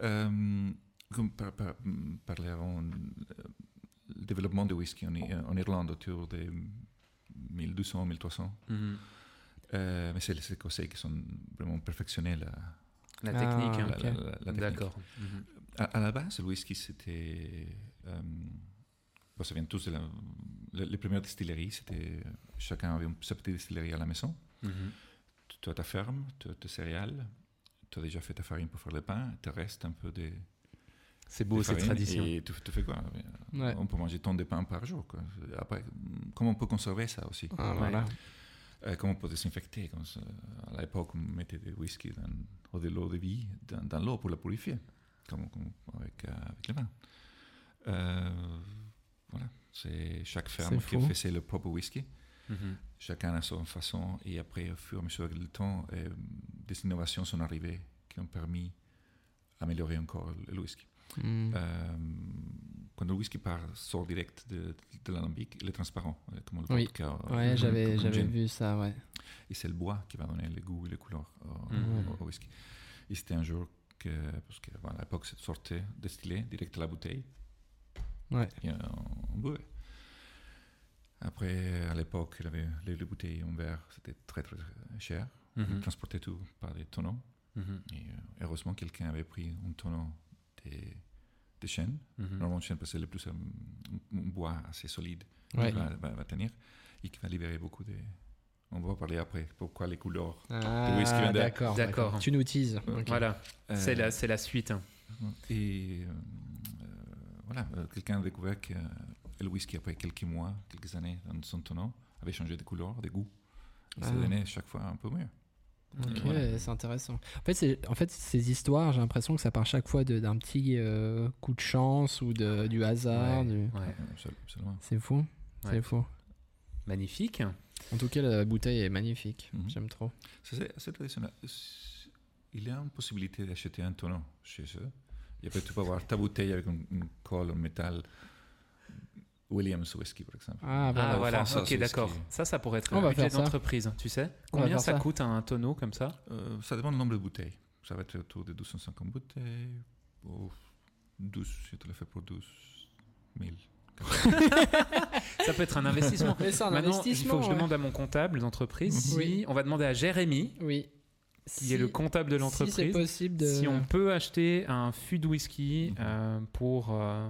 [SPEAKER 3] Euh, comme par, par, mm, parler avant, euh, le développement du whisky en, I- en Irlande autour des 1200, 1300.
[SPEAKER 2] Mhm.
[SPEAKER 3] Euh, mais c'est les Écossais qui sont vraiment perfectionnés la,
[SPEAKER 2] La
[SPEAKER 1] Ah,
[SPEAKER 2] technique. hein.
[SPEAKER 3] la-
[SPEAKER 1] ok.
[SPEAKER 3] la- la- la technique.
[SPEAKER 2] D'accord. Mhm.
[SPEAKER 3] À, à la base, le whisky, c'était. euh, bon, ça vient tous de la. le- Les premières distilleries, c'était. Chacun avait une- sa petite distillerie à la maison.
[SPEAKER 2] Mhm.
[SPEAKER 3] tu as ta ferme, tu as tes céréales, tu as déjà fait ta farine pour faire le pain, il te reste un peu de,
[SPEAKER 2] C'est beau
[SPEAKER 3] des
[SPEAKER 2] cette
[SPEAKER 3] farines,
[SPEAKER 2] tradition.
[SPEAKER 3] Et tu, tu fais quoi
[SPEAKER 1] Ouais.
[SPEAKER 3] On peut manger tant de pain par jour. quoi. Après, comment on peut conserver ça aussi
[SPEAKER 1] Ah, voilà.
[SPEAKER 3] Euh, Comment on peut désinfecter comme ça À l'époque, on mettait du whisky dans, ou de l'eau de vie dans, dans l'eau pour la purifier, comme, comme avec, euh, avec le vin. Euh, voilà, c'est chaque ferme
[SPEAKER 1] C'est
[SPEAKER 3] qui
[SPEAKER 1] fou.
[SPEAKER 3] faisait le propre whisky.
[SPEAKER 2] Mhm.
[SPEAKER 3] Chacun à son façon, et après, au fur et à mesure que le temps, euh, des innovations sont arrivées qui ont permis d'améliorer encore le whisky.
[SPEAKER 2] Hmm.
[SPEAKER 1] Mm.
[SPEAKER 3] Euh, quand le whisky part, sort direct de, de l'alambic, il est transparent, euh, comme le
[SPEAKER 1] Oui.
[SPEAKER 3] vodka. euh,
[SPEAKER 1] Ouais,
[SPEAKER 3] comme-
[SPEAKER 1] j'avais
[SPEAKER 3] comme
[SPEAKER 1] j'avais
[SPEAKER 3] gin.
[SPEAKER 1] vu ça, ouais.
[SPEAKER 3] Et c'est le bois qui va donner le goût et les couleurs au,
[SPEAKER 2] Mhm.
[SPEAKER 3] au- au whisky. Et c'était un jour que, parce que voilà, à l'époque, ça sortait distillé direct de la bouteille.
[SPEAKER 1] Ouais.
[SPEAKER 3] Et euh, on buvait. Après, à l'époque, il y avait les, les bouteilles en verre, c'était très très très cher. On
[SPEAKER 2] Mhm.
[SPEAKER 3] transportait tout par des tonneaux.
[SPEAKER 2] Mhm.
[SPEAKER 3] Et euh, heureusement, quelqu'un avait pris un tonneau des, des chênes.
[SPEAKER 2] Mhm.
[SPEAKER 3] Normalement, le chêne, parce que c'est le plus euh, un, un bois assez solide
[SPEAKER 1] Ouais.
[SPEAKER 3] qui va, va- va tenir et qui va libérer beaucoup de. On va parler après pourquoi les couleurs
[SPEAKER 1] Ah,
[SPEAKER 3] whisky vendeur.
[SPEAKER 1] d'accord.
[SPEAKER 2] D'accord.
[SPEAKER 1] Tu nous teases.
[SPEAKER 3] Euh,
[SPEAKER 1] Ok.
[SPEAKER 2] Voilà,
[SPEAKER 3] Euh,
[SPEAKER 2] c'est la, c'est la suite. hein.
[SPEAKER 3] Et euh, euh, voilà, euh, quelqu'un a découvert que euh, le whisky, après quelques mois, quelques années, dans son tonneau, avait changé de couleur, de goût. Et ça
[SPEAKER 1] Ah.
[SPEAKER 3] donnait chaque fois un peu mieux.
[SPEAKER 1] Ok,
[SPEAKER 3] Voilà.
[SPEAKER 1] c'est intéressant. En fait, c'est- en fait, ces histoires, j'ai l'impression que ça part chaque fois de- d'un petit euh, coup de chance ou de, du hasard.
[SPEAKER 2] Ouais.
[SPEAKER 1] du-
[SPEAKER 2] Ouais.
[SPEAKER 3] Absol- Absolument.
[SPEAKER 1] C'est fou.
[SPEAKER 2] Ouais.
[SPEAKER 1] C'est fou.
[SPEAKER 2] Magnifique.
[SPEAKER 1] En tout cas, la bouteille est magnifique.
[SPEAKER 3] Mhm.
[SPEAKER 1] J'aime trop.
[SPEAKER 3] Ça, C'est assez traditionnel. S- Il y a une possibilité d'acheter un tonneau chez eux. Et après, tu peux avoir ta bouteille avec une, une colle en métal. Williams Whisky, par exemple.
[SPEAKER 1] Ah,
[SPEAKER 2] Ah,
[SPEAKER 1] voilà.
[SPEAKER 3] en
[SPEAKER 2] voilà,
[SPEAKER 3] France, ça,
[SPEAKER 2] ok,
[SPEAKER 3] c'est ce
[SPEAKER 2] d'accord.
[SPEAKER 3] qui-
[SPEAKER 2] Ça, ça pourrait être
[SPEAKER 1] On
[SPEAKER 2] un
[SPEAKER 1] va
[SPEAKER 2] budget
[SPEAKER 1] faire ça.
[SPEAKER 2] d'entreprise, tu sais.
[SPEAKER 1] On va
[SPEAKER 2] Combien
[SPEAKER 1] faire
[SPEAKER 2] ça,
[SPEAKER 1] ça.
[SPEAKER 2] coûte un tonneau comme ça
[SPEAKER 3] Euh, ça dépend du nombre de bouteilles. Ça va être autour de 250 bouteilles. ou 12, si tu le fais pour 12 000.
[SPEAKER 2] Ça peut être un investissement.
[SPEAKER 1] Mais c'est un
[SPEAKER 2] Maintenant, il
[SPEAKER 1] investissement.
[SPEAKER 2] faut que je
[SPEAKER 1] ouais. Mhm.
[SPEAKER 2] demande à mon comptable d'entreprise si
[SPEAKER 1] Oui.
[SPEAKER 2] on va demander à Jérémy,
[SPEAKER 1] Oui.
[SPEAKER 2] qui est le comptable de
[SPEAKER 1] Si c'est
[SPEAKER 2] l'entreprise,
[SPEAKER 1] possible de.
[SPEAKER 2] si, on peut acheter un fût de
[SPEAKER 3] Mhm.
[SPEAKER 2] whisky euh, pour euh,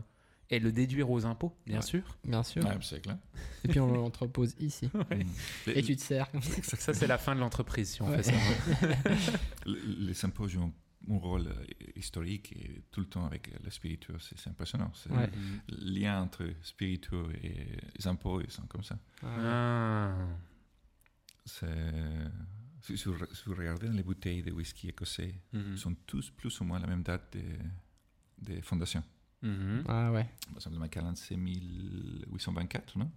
[SPEAKER 2] et le déduire aux impôts, bien
[SPEAKER 1] Ouais.
[SPEAKER 2] sûr.
[SPEAKER 1] Bien sûr.
[SPEAKER 3] Ouais, c'est clair.
[SPEAKER 1] Et puis on l'entrepose ici.
[SPEAKER 2] Ouais.
[SPEAKER 3] Mm. Les,
[SPEAKER 1] Et tu te sers.
[SPEAKER 2] Ça, c'est la fin de l'entreprise si on
[SPEAKER 1] Ouais.
[SPEAKER 2] fait ça.
[SPEAKER 3] les- les impôts jouent un rôle euh, historique et tout le temps avec le spiritueux. C'est c'est impressionnant. C'est
[SPEAKER 1] Ouais.
[SPEAKER 3] Le lien entre spiritueux et les impôts, ils sont comme ça.
[SPEAKER 1] Ah,
[SPEAKER 2] Ah.
[SPEAKER 3] C'est- Si si vous, re- si vous regardez dans les bouteilles de whisky écossais,
[SPEAKER 2] Mhm.
[SPEAKER 1] Mm.
[SPEAKER 3] ils sont tous plus ou moins la même date des des fondations.
[SPEAKER 2] Mhm.
[SPEAKER 1] Ah ouais.
[SPEAKER 3] Par exemple, le Macallan, c'est 1824, non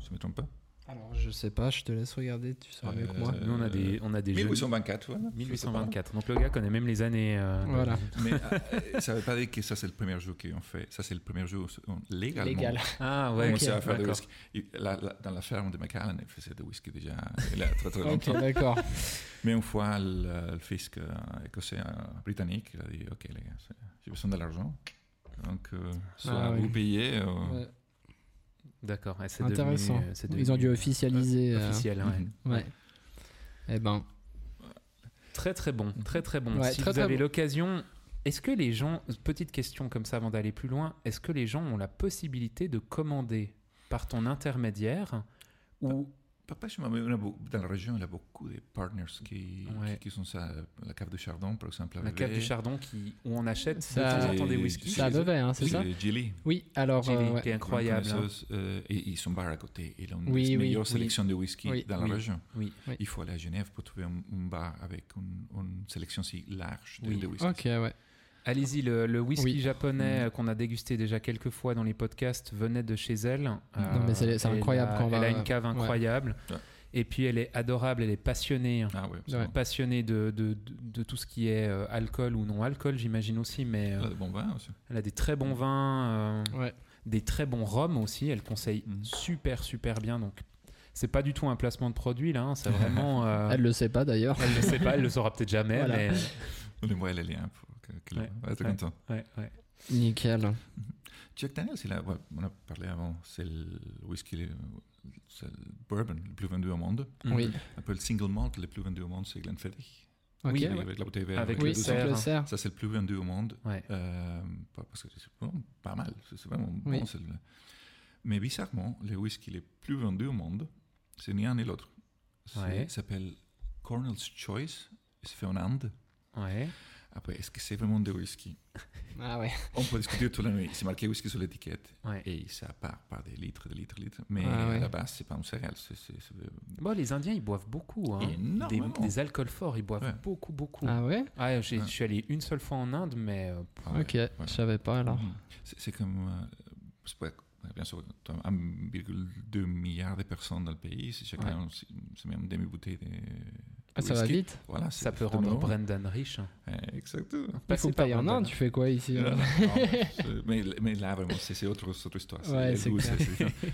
[SPEAKER 3] Je ne me trompe pas
[SPEAKER 1] Alors je sais pas, je te laisse regarder, tu sauras mieux que moi.
[SPEAKER 3] Euh,
[SPEAKER 2] Nous, on a des, on a des jeunes-
[SPEAKER 3] 1824, voilà.
[SPEAKER 2] 1824. Donc le gars connaît même les années. euh,
[SPEAKER 1] Voilà.
[SPEAKER 3] Mais euh, ça ne veut pas dire que ça, c'est le premier jour qu'on fait. Ça, c'est le premier jour euh, légalement.
[SPEAKER 1] Légal.
[SPEAKER 2] Ah ouais.
[SPEAKER 3] On commençait à faire du
[SPEAKER 2] d'accord.
[SPEAKER 3] whisky. Et la- la- dans la ferme de Macallan, il faisait du whisky déjà euh, il y a très très
[SPEAKER 1] Ok,
[SPEAKER 3] longtemps.
[SPEAKER 1] d'accord.
[SPEAKER 3] Mais une fois, le, le fisc euh, écossais, euh, britannique, il a dit Ok, les gars, c'est- j'ai besoin de l'argent. Donc, euh, soit
[SPEAKER 1] Ah ouais.
[SPEAKER 3] vous payez. euh,
[SPEAKER 1] Ouais.
[SPEAKER 2] D'accord. ouais, c'est devenu,
[SPEAKER 1] Intéressant.
[SPEAKER 2] euh, c'est
[SPEAKER 1] Ils ont dû
[SPEAKER 2] devenu, euh,
[SPEAKER 1] officialiser. euh,
[SPEAKER 2] officiel. ouais.
[SPEAKER 3] mhm.
[SPEAKER 1] Ouais. Eh ben,
[SPEAKER 2] Très très bon, très très bon.
[SPEAKER 1] Mhm. Ouais,
[SPEAKER 2] si
[SPEAKER 1] très,
[SPEAKER 2] vous
[SPEAKER 1] très
[SPEAKER 2] avez
[SPEAKER 1] bon.
[SPEAKER 2] l'occasion, est-ce que les gens, petite question comme ça avant d'aller plus loin, est-ce que les gens ont la possibilité de commander par ton intermédiaire ou
[SPEAKER 3] Papa, je m'en mets- on a beau- dans la région, il y a beaucoup de partners qui,
[SPEAKER 2] Ouais.
[SPEAKER 3] qui, qui sont ça. La cave du Chardon, par exemple. à
[SPEAKER 2] la cave
[SPEAKER 3] Vevey.
[SPEAKER 2] du Chardon qui, où on achète
[SPEAKER 1] Ça-
[SPEAKER 2] de temps en temps des
[SPEAKER 3] Et-
[SPEAKER 2] whisky
[SPEAKER 1] c'est à Vevey, hein, c'est
[SPEAKER 3] C'est
[SPEAKER 1] ça
[SPEAKER 3] Gilly.
[SPEAKER 1] Oui, alors.
[SPEAKER 2] Gilly,
[SPEAKER 1] euh, ouais.
[SPEAKER 2] qui est incroyable. hein.
[SPEAKER 3] connaisseuse, euh, et ils sont bar à côté. Ils ont
[SPEAKER 1] Oui,
[SPEAKER 3] la
[SPEAKER 1] oui,
[SPEAKER 3] meilleure
[SPEAKER 1] oui.
[SPEAKER 3] sélection de whisky
[SPEAKER 1] Oui,
[SPEAKER 3] dans la
[SPEAKER 2] oui.
[SPEAKER 3] région.
[SPEAKER 2] Oui.
[SPEAKER 1] Oui.
[SPEAKER 3] Il faut aller à Genève pour trouver un, un bar avec une, une sélection si large de,
[SPEAKER 2] Oui.
[SPEAKER 3] de whisky.
[SPEAKER 1] Ok, ouais.
[SPEAKER 2] Allez-y, le, le whisky
[SPEAKER 1] Oui. Mm.
[SPEAKER 2] japonais euh, qu'on a dégusté déjà quelques fois dans les podcasts venait de chez elle. Euh,
[SPEAKER 1] Non, mais c'est- c'est
[SPEAKER 2] elle
[SPEAKER 1] incroyable
[SPEAKER 2] a-
[SPEAKER 1] quand on
[SPEAKER 2] Elle
[SPEAKER 1] va-
[SPEAKER 2] a une cave
[SPEAKER 1] ouais.
[SPEAKER 2] incroyable.
[SPEAKER 3] Ouais.
[SPEAKER 2] Et puis elle est adorable, elle est passionnée.
[SPEAKER 3] Ah ouais,
[SPEAKER 1] Ouais.
[SPEAKER 3] absolument.
[SPEAKER 2] Passionnée de, de- de- de tout ce qui est euh, alcool ou non alcool, j'imagine aussi, mais euh,
[SPEAKER 3] Elle a de bons vins aussi.
[SPEAKER 2] elle a des très bons vins, euh,
[SPEAKER 1] Ouais.
[SPEAKER 2] des très bons rhums aussi. Elle conseille
[SPEAKER 3] Mhm.
[SPEAKER 2] super, super bien. Donc, c'est pas du tout un placement de produit là, hein, c'est vraiment. euh,
[SPEAKER 1] Elle le sait pas d'ailleurs.
[SPEAKER 2] elle le sait pas, elle le saura peut-être jamais,
[SPEAKER 1] Voilà.
[SPEAKER 2] mais.
[SPEAKER 3] On envoie les liens pour que, que
[SPEAKER 2] Ouais.
[SPEAKER 3] le, va être
[SPEAKER 2] Ouais.
[SPEAKER 3] content.
[SPEAKER 2] Ouais, ouais.
[SPEAKER 1] Nickel.
[SPEAKER 2] Mm-hmm.
[SPEAKER 3] Jack Daniels, il a- ouais, on a parlé avant, c'est le whisky, le- c'est le bourbon le plus vendu au monde.
[SPEAKER 1] Oui.
[SPEAKER 3] Un peu le single malt le plus vendu au monde, c'est Glenfiddich.
[SPEAKER 1] Ok,
[SPEAKER 2] Oui, ah
[SPEAKER 1] ouais.
[SPEAKER 3] Avec la bouteille verte.
[SPEAKER 2] Avec
[SPEAKER 1] Oui,
[SPEAKER 2] le
[SPEAKER 1] c'est
[SPEAKER 2] cerf. hein.
[SPEAKER 1] le cerf.
[SPEAKER 3] Ça, c'est le plus vendu au monde.
[SPEAKER 2] Ouais.
[SPEAKER 3] Euh, pas- parce que c'est vraiment pas mal, c'est c'est vraiment
[SPEAKER 1] Oui.
[SPEAKER 3] bon. c'est le- Mais bizarrement, le whisky les plus vendus au monde, c'est ni un ni l'autre. C'est-
[SPEAKER 2] Ouais.
[SPEAKER 3] Il s'appelle Cornell's Choice, il se fait en Inde.
[SPEAKER 2] Ouais.
[SPEAKER 3] Après, est-ce que c'est vraiment du whisky
[SPEAKER 1] Ah ouais.
[SPEAKER 3] On peut discuter toute la nuit. C'est marqué whisky sur l'étiquette.
[SPEAKER 2] Ouais.
[SPEAKER 3] Et ça part par des litres, des litres, des litres. Mais
[SPEAKER 1] Ah ouais.
[SPEAKER 3] à la base, c'est pas un céréal. C'est, c'est- c'est-
[SPEAKER 2] Bon, les Indiens, ils boivent beaucoup. hein. Des,
[SPEAKER 3] Énormément.
[SPEAKER 2] des alcools forts, ils boivent
[SPEAKER 3] Ouais.
[SPEAKER 2] beaucoup, beaucoup.
[SPEAKER 1] Ah ouais
[SPEAKER 2] Ah, j'ai-
[SPEAKER 3] Ouais.
[SPEAKER 2] je suis allé une seule fois en Inde, mais euh,
[SPEAKER 3] Ah ouais,
[SPEAKER 1] Ok,
[SPEAKER 3] ouais.
[SPEAKER 1] je savais pas alors.
[SPEAKER 3] Mhm. C'est, c'est comme. euh, c'est pas- bien sûr, t'as 1,2 milliard de personnes dans le pays. C'est chacun, c'est, c'est même demi-bouteille de.
[SPEAKER 1] Ah, ça va
[SPEAKER 3] whisky.
[SPEAKER 1] vite
[SPEAKER 3] Voilà, c'est-
[SPEAKER 2] ça peut
[SPEAKER 3] c'est
[SPEAKER 2] rendre
[SPEAKER 3] bon.
[SPEAKER 2] Brendan riche. hein.
[SPEAKER 3] Eh, Exactement.
[SPEAKER 1] Il
[SPEAKER 2] Passer
[SPEAKER 1] faut
[SPEAKER 2] par
[SPEAKER 1] pas y en
[SPEAKER 2] Brendan.
[SPEAKER 1] Inde, tu fais quoi ici
[SPEAKER 3] Non,
[SPEAKER 1] hein
[SPEAKER 3] non, non, mais, mais là, vraiment, c'est, c'est autre, c'est autre histoire.
[SPEAKER 1] Ouais,
[SPEAKER 3] le
[SPEAKER 1] c'est
[SPEAKER 3] goût,
[SPEAKER 1] clair.
[SPEAKER 3] c'est-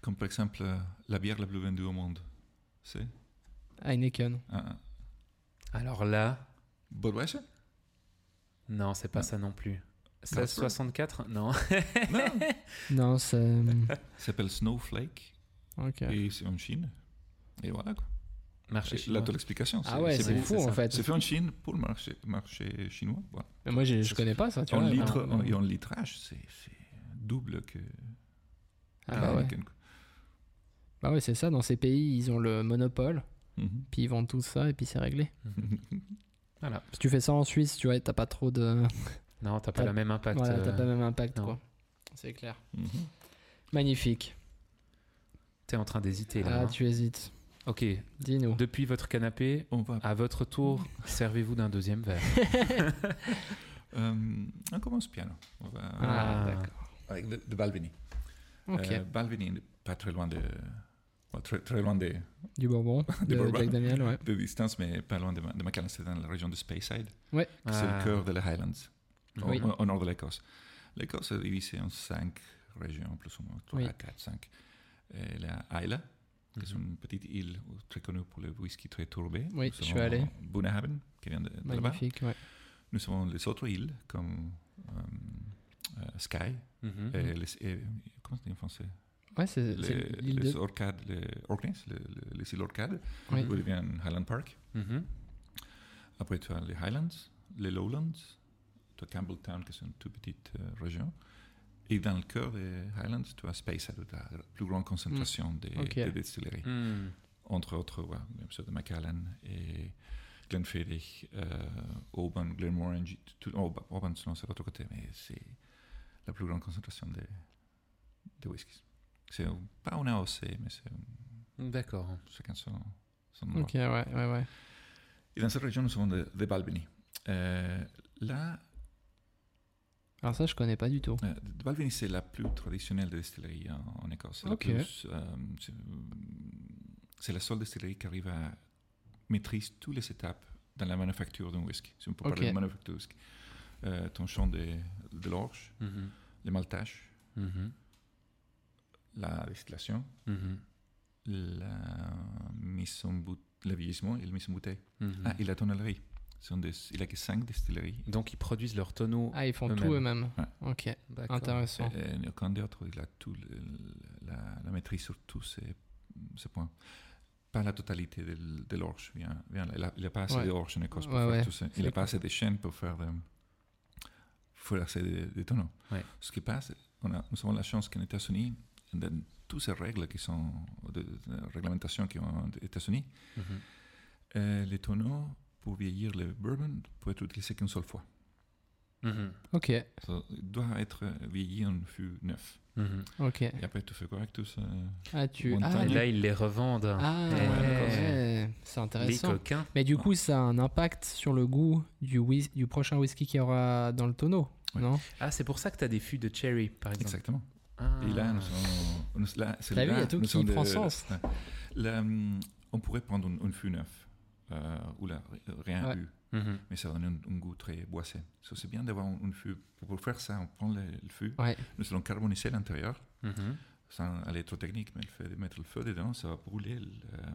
[SPEAKER 3] Comme par exemple, euh, la bière la plus vendue au monde. C'est euh,
[SPEAKER 1] Heineken.
[SPEAKER 3] un, un
[SPEAKER 2] Alors là,
[SPEAKER 3] Budweiser
[SPEAKER 2] non, c'est pas
[SPEAKER 3] Non.
[SPEAKER 2] ça non plus. 1664
[SPEAKER 3] Carlsberg.
[SPEAKER 2] Non.
[SPEAKER 3] Non,
[SPEAKER 1] Non, c'est.
[SPEAKER 3] ça s'appelle Snowflake
[SPEAKER 1] Ok.
[SPEAKER 3] et c'est en Chine. Et voilà quoi.
[SPEAKER 2] Marché
[SPEAKER 3] Là,
[SPEAKER 2] chinois.
[SPEAKER 3] toute l'explication.
[SPEAKER 1] Ah ouais, c'est
[SPEAKER 2] bon,
[SPEAKER 1] fou
[SPEAKER 2] c'est
[SPEAKER 1] en
[SPEAKER 2] ça.
[SPEAKER 1] fait.
[SPEAKER 3] C'est fait en Chine pour le marché, marché chinois. Voilà.
[SPEAKER 1] Mais moi, j'ai- je connais pas ça, tu
[SPEAKER 3] en
[SPEAKER 1] vois.
[SPEAKER 3] litre,
[SPEAKER 1] alors,
[SPEAKER 3] en- et en litrage, c'est c'est double que.
[SPEAKER 1] Ah bah ouais.
[SPEAKER 3] l'américaine, quoi.
[SPEAKER 1] Bah ouais, c'est ça. Dans ces pays, ils ont le monopole,
[SPEAKER 3] Mhm.
[SPEAKER 1] puis ils vendent tout ça, et puis c'est réglé.
[SPEAKER 2] Ah Voilà.
[SPEAKER 1] Si tu fais ça en Suisse, tu vois, t'as pas trop de.
[SPEAKER 2] Non, t'as pas
[SPEAKER 1] T'as-
[SPEAKER 2] le même impact.
[SPEAKER 1] Voilà, t'as
[SPEAKER 2] euh,
[SPEAKER 1] pas même impact,
[SPEAKER 2] non.
[SPEAKER 1] quoi. C'est clair.
[SPEAKER 3] Mhm.
[SPEAKER 1] Magnifique.
[SPEAKER 2] T'es en train d'hésiter là.
[SPEAKER 1] Ah,
[SPEAKER 2] hein.
[SPEAKER 1] tu hésites.
[SPEAKER 2] Ok,
[SPEAKER 1] Dis-nous.
[SPEAKER 2] depuis votre canapé,
[SPEAKER 3] On va.
[SPEAKER 2] à votre tour, servez-vous d'un deuxième verre.
[SPEAKER 3] euh, on commence piano. On va,
[SPEAKER 1] Ah,
[SPEAKER 2] Ah.
[SPEAKER 1] d'accord.
[SPEAKER 3] Avec de, de Balvenie.
[SPEAKER 1] Ok.
[SPEAKER 3] Euh, Balvenie, pas très loin de. pas très, très loin de,
[SPEAKER 1] du bourbon,
[SPEAKER 3] du
[SPEAKER 1] de
[SPEAKER 3] bourbon.
[SPEAKER 1] Jack Daniel, ouais.
[SPEAKER 3] de distance, mais pas loin de, Ma- de Macallan. C'est dans la région de Speyside. que C'est
[SPEAKER 2] Ah,
[SPEAKER 3] le cœur de la Highlands. au-
[SPEAKER 1] Oui.
[SPEAKER 3] au, au nord de l'Écosse. L'Écosse est divisée en cinq régions, plus ou moins, trois,
[SPEAKER 1] Oui.
[SPEAKER 3] quatre, cinq. Et la Isla, qui est
[SPEAKER 2] Mhm.
[SPEAKER 3] une petite île où- très connue pour le whisky très tourbé.
[SPEAKER 1] Oui,
[SPEAKER 3] Nous
[SPEAKER 1] je suis
[SPEAKER 3] avons
[SPEAKER 1] allé.
[SPEAKER 3] Bunahaven, qui vient de, de là-bas.
[SPEAKER 1] Magnifique, ouais.
[SPEAKER 3] Nous avons les autres îles, comme euh, euh, Skye,
[SPEAKER 2] mhm.
[SPEAKER 3] et Eh, les- et- comment c'est en français
[SPEAKER 1] Ouais, c'est c'est
[SPEAKER 3] Les,
[SPEAKER 1] l'île
[SPEAKER 3] les
[SPEAKER 1] de.
[SPEAKER 3] Orcades, les Orkneys, les, les- les îles Orcades,
[SPEAKER 1] Oui.
[SPEAKER 3] où il y a un Highland Park.
[SPEAKER 2] Mhm.
[SPEAKER 3] Après, tu as les Highlands, les Lowlands, tu as Campbelltown, qui sont une toute petite euh, région. Et dans le cœur des Highlands, tu as Space, où tu as la plus grande concentration des,
[SPEAKER 1] Ok.
[SPEAKER 3] des distilleries.
[SPEAKER 2] Hmm.
[SPEAKER 3] Entre autres, ouais, bien sûr, de Macallan et Glenfiddich, euh, Auburn, Glenmorangie. tout- oh, bah, Auburn, sinon, c'est l'autre côté, mais c'est la plus grande concentration de, de whiskies. C'est un- pas un AOC, mais c'est un-
[SPEAKER 2] D'accord.
[SPEAKER 3] chacun son, son endroit.
[SPEAKER 1] Ok, ouais, ouais, ouais.
[SPEAKER 3] Et dans cette région, nous avons de, de Balbany. Euh, là,
[SPEAKER 1] Alors ça, je connais pas du tout.
[SPEAKER 3] Euh, de Balvenie, c'est la plus traditionnelle des distilleries en, en Écosse. C'est la
[SPEAKER 1] Ok.
[SPEAKER 3] plus, euh, c'est- c'est la seule distillerie qui arrive à maîtriser toutes les étapes dans la manufacture d'un whisky. Si on peut parler
[SPEAKER 1] Ok.
[SPEAKER 3] de manufacture de whisky. Euh, ton champ de, de l'orge,
[SPEAKER 2] Mhm.
[SPEAKER 3] les maltages,
[SPEAKER 2] Mhm.
[SPEAKER 3] la distillation,
[SPEAKER 2] Mhm.
[SPEAKER 3] la mise en bout- le vieillissement et la mise en bouteille.
[SPEAKER 2] Mhm.
[SPEAKER 3] Ah, et la tonnellerie. Ce sont des- il n'y a que cinq distilleries.
[SPEAKER 2] Donc ils produisent leurs tonneaux.
[SPEAKER 1] Ah, ils font
[SPEAKER 2] Eux-mêmes.
[SPEAKER 1] tout eux-mêmes.
[SPEAKER 3] Ouais.
[SPEAKER 1] Ok,
[SPEAKER 2] D'accord.
[SPEAKER 1] intéressant.
[SPEAKER 3] Et- et aucun des autres, il a tout le- la, la maîtrise sur tous ces, ces points. Pas la totalité de, l- de l'orge. bien- bien, il a- il n'a pas assez
[SPEAKER 1] Ouais.
[SPEAKER 3] d'orge en Écosse pour
[SPEAKER 1] Ouais,
[SPEAKER 3] faire
[SPEAKER 1] ouais,
[SPEAKER 3] tout ça.
[SPEAKER 1] c'est
[SPEAKER 3] Il n'a
[SPEAKER 1] clair.
[SPEAKER 3] pas assez de chaînes pour faire, de- faire assez de, de tonneaux.
[SPEAKER 2] Ouais.
[SPEAKER 3] Ce qui passe, on a, nous avons la chance qu'aux États-Unis, dans toutes ces règles qui sont, de, de réglementation qui ont aux États-Unis,
[SPEAKER 2] Mhm.
[SPEAKER 3] euh, les tonneaux pour vieillir le bourbon peuvent être utilisés qu'une seule fois.
[SPEAKER 2] Mhm.
[SPEAKER 1] Ok,
[SPEAKER 3] Ça doit être vieilli en fût neuf.
[SPEAKER 2] Mhm.
[SPEAKER 1] ok.
[SPEAKER 3] Et après, tu fais quoi avec tout ça
[SPEAKER 1] Ah, tu...
[SPEAKER 3] Bon
[SPEAKER 1] Ah,
[SPEAKER 3] timing.
[SPEAKER 1] du-
[SPEAKER 2] Là, ils les revendent.
[SPEAKER 1] Ah,
[SPEAKER 2] Ouais,
[SPEAKER 1] ouais, c'est
[SPEAKER 2] les
[SPEAKER 1] intéressant.
[SPEAKER 2] coquins.
[SPEAKER 1] Mais du coup, ça a un impact sur le goût du, whis- du prochain whisky qu'il y aura dans le tonneau,
[SPEAKER 3] Ouais.
[SPEAKER 1] non
[SPEAKER 2] Ah, c'est pour ça que t'as des fûts de cherry, par exemple.
[SPEAKER 3] Exactement.
[SPEAKER 2] Ah.
[SPEAKER 3] Et là, nous sommes. Nous, là, c'est
[SPEAKER 1] T'as vu,
[SPEAKER 3] là,
[SPEAKER 1] il y a tout
[SPEAKER 3] nous
[SPEAKER 1] qui
[SPEAKER 3] sommes euh,
[SPEAKER 1] prend sens.
[SPEAKER 3] Ouais. Là, hum, on pourrait prendre une, une fût neuve, euh, où là, rien
[SPEAKER 1] Ouais.
[SPEAKER 3] eu,
[SPEAKER 2] Mhm.
[SPEAKER 3] mais ça donne un, un goût très boissé. So, c'est bien d'avoir une, une fût. Pour, pour faire ça, on prend le, le fût,
[SPEAKER 1] Ouais,
[SPEAKER 3] nous allons carboniser l'intérieur,
[SPEAKER 2] Mhm.
[SPEAKER 3] sans aller trop technique, mais le fait de mettre le feu dedans, ça va brûler le, euh,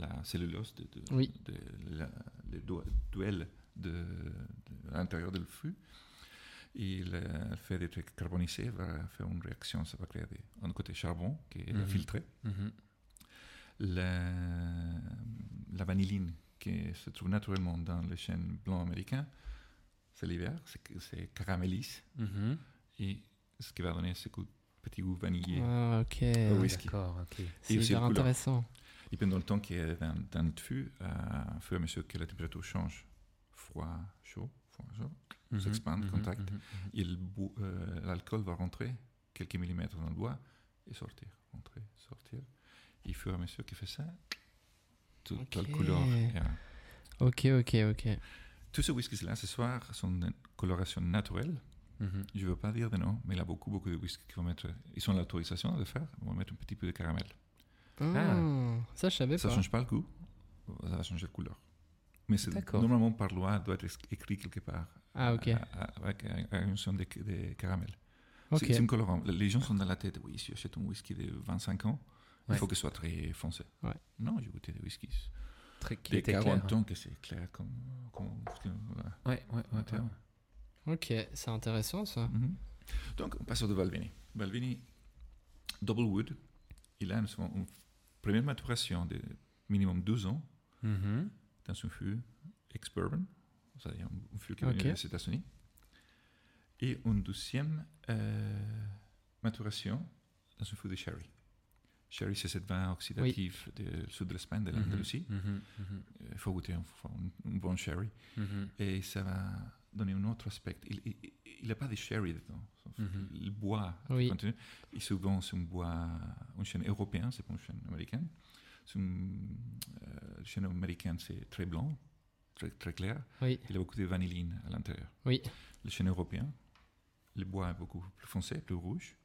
[SPEAKER 3] la cellulose de, de,
[SPEAKER 1] Oui.
[SPEAKER 3] de la- le do- duel de, de l'intérieur du fût. Et le le euh, fait d'être carbonisé va faire une réaction, ça va créer des- un côté charbon qui est
[SPEAKER 2] Mhm.
[SPEAKER 3] filtré,
[SPEAKER 2] Mhm.
[SPEAKER 3] la, la vanilline qui se trouve naturellement dans le chêne blanc américain, c'est l'hiver, c'est- c'est caramélise
[SPEAKER 2] Mhm.
[SPEAKER 3] et ce qui va donner ce goût- petit goût vanillé.
[SPEAKER 1] Ah, ok.
[SPEAKER 3] Le whisky.
[SPEAKER 2] D'accord, ok.
[SPEAKER 1] C'est
[SPEAKER 3] aussi le
[SPEAKER 1] hyper
[SPEAKER 3] couleur.
[SPEAKER 1] intéressant.
[SPEAKER 3] Et pendant le temps qu'il est dans, dans le fût, euh, au fur et à mesure que la température change, froid, chaud, Bonjour.
[SPEAKER 2] Mhm.
[SPEAKER 3] s'expande, contact. Et le bou- euh, l'alcool va rentrer quelques millimètres dans le bois et sortir, rentrer, sortir. Et au fur et à mesure qu'il fait ça, tout, toute la
[SPEAKER 1] Ok.
[SPEAKER 3] couleur. yeah.
[SPEAKER 1] Ok, ok, ok.
[SPEAKER 3] Tous ces whiskies-là, ce soir, sont d'une coloration naturelle.
[SPEAKER 2] Mhm.
[SPEAKER 3] Je ne veux pas dire de nom, mais il y a beaucoup, beaucoup de whiskies qui vont mettre... Ils ont l'autorisation de le faire, ils vont mettre un petit peu de caramel.
[SPEAKER 1] Ah, ça, je savais
[SPEAKER 3] Ça
[SPEAKER 1] pas.
[SPEAKER 3] ne change pas le goût, ça va changer la couleur. Mais c'est
[SPEAKER 2] D'accord.
[SPEAKER 3] normalement, par loi, doit être écrit quelque part.
[SPEAKER 1] Ah, ok.
[SPEAKER 3] à- à- Avec une notion de, de caramel.
[SPEAKER 1] Ok.
[SPEAKER 3] C'est- C'est un colorant. Les gens sont dans la tête. Oui, si j'achète un whisky de 25 ans,
[SPEAKER 2] Ouais.
[SPEAKER 3] il faut que ce soit très foncé.
[SPEAKER 1] Ouais.
[SPEAKER 3] Non, j'ai goûté des whiskies.
[SPEAKER 2] Très qui
[SPEAKER 3] Des
[SPEAKER 2] était clair. hein.
[SPEAKER 3] 40 ans que c'est clair comme. comme- voilà.
[SPEAKER 2] Ouais, ouais, ouais, ouais.
[SPEAKER 1] Ok, c'est intéressant
[SPEAKER 2] Ah.
[SPEAKER 1] ça.
[SPEAKER 3] Mhm. Donc, on passe au de Valvini. Valvini, Double Wood, il a une, une première maturation de minimum 12 ans
[SPEAKER 2] Mhm.
[SPEAKER 3] dans un fût ex-bourbon, c'est-à-dire un fût qui est
[SPEAKER 1] Ok.
[SPEAKER 3] venu des États-Unis, et une deuxième euh, maturation dans un fût de sherry. Sherry, c'est cette vin oxydatif du sud de l'Espagne, de
[SPEAKER 2] Mhm.
[SPEAKER 3] l'Andalousie. Euh,
[SPEAKER 2] Mhm. Mhm.
[SPEAKER 3] Il faut goûter un, un bon sherry.
[SPEAKER 2] Mhm.
[SPEAKER 3] Et ça va donner un autre aspect. Il n'a pas de sherry dedans. Sauf
[SPEAKER 2] Mhm.
[SPEAKER 3] Le bois
[SPEAKER 1] Oui.
[SPEAKER 3] contenu. Et souvent, c'est un bois, une chaîne européenne, c'est pas une chaîne américaine. C'est une euh, chaîne américaine, c'est très blanc, très, très clair.
[SPEAKER 1] Oui,
[SPEAKER 3] Il y a beaucoup de vanilline à l'intérieur.
[SPEAKER 1] oui.
[SPEAKER 3] Le chêne européen, le bois est beaucoup plus foncé, plus rouge.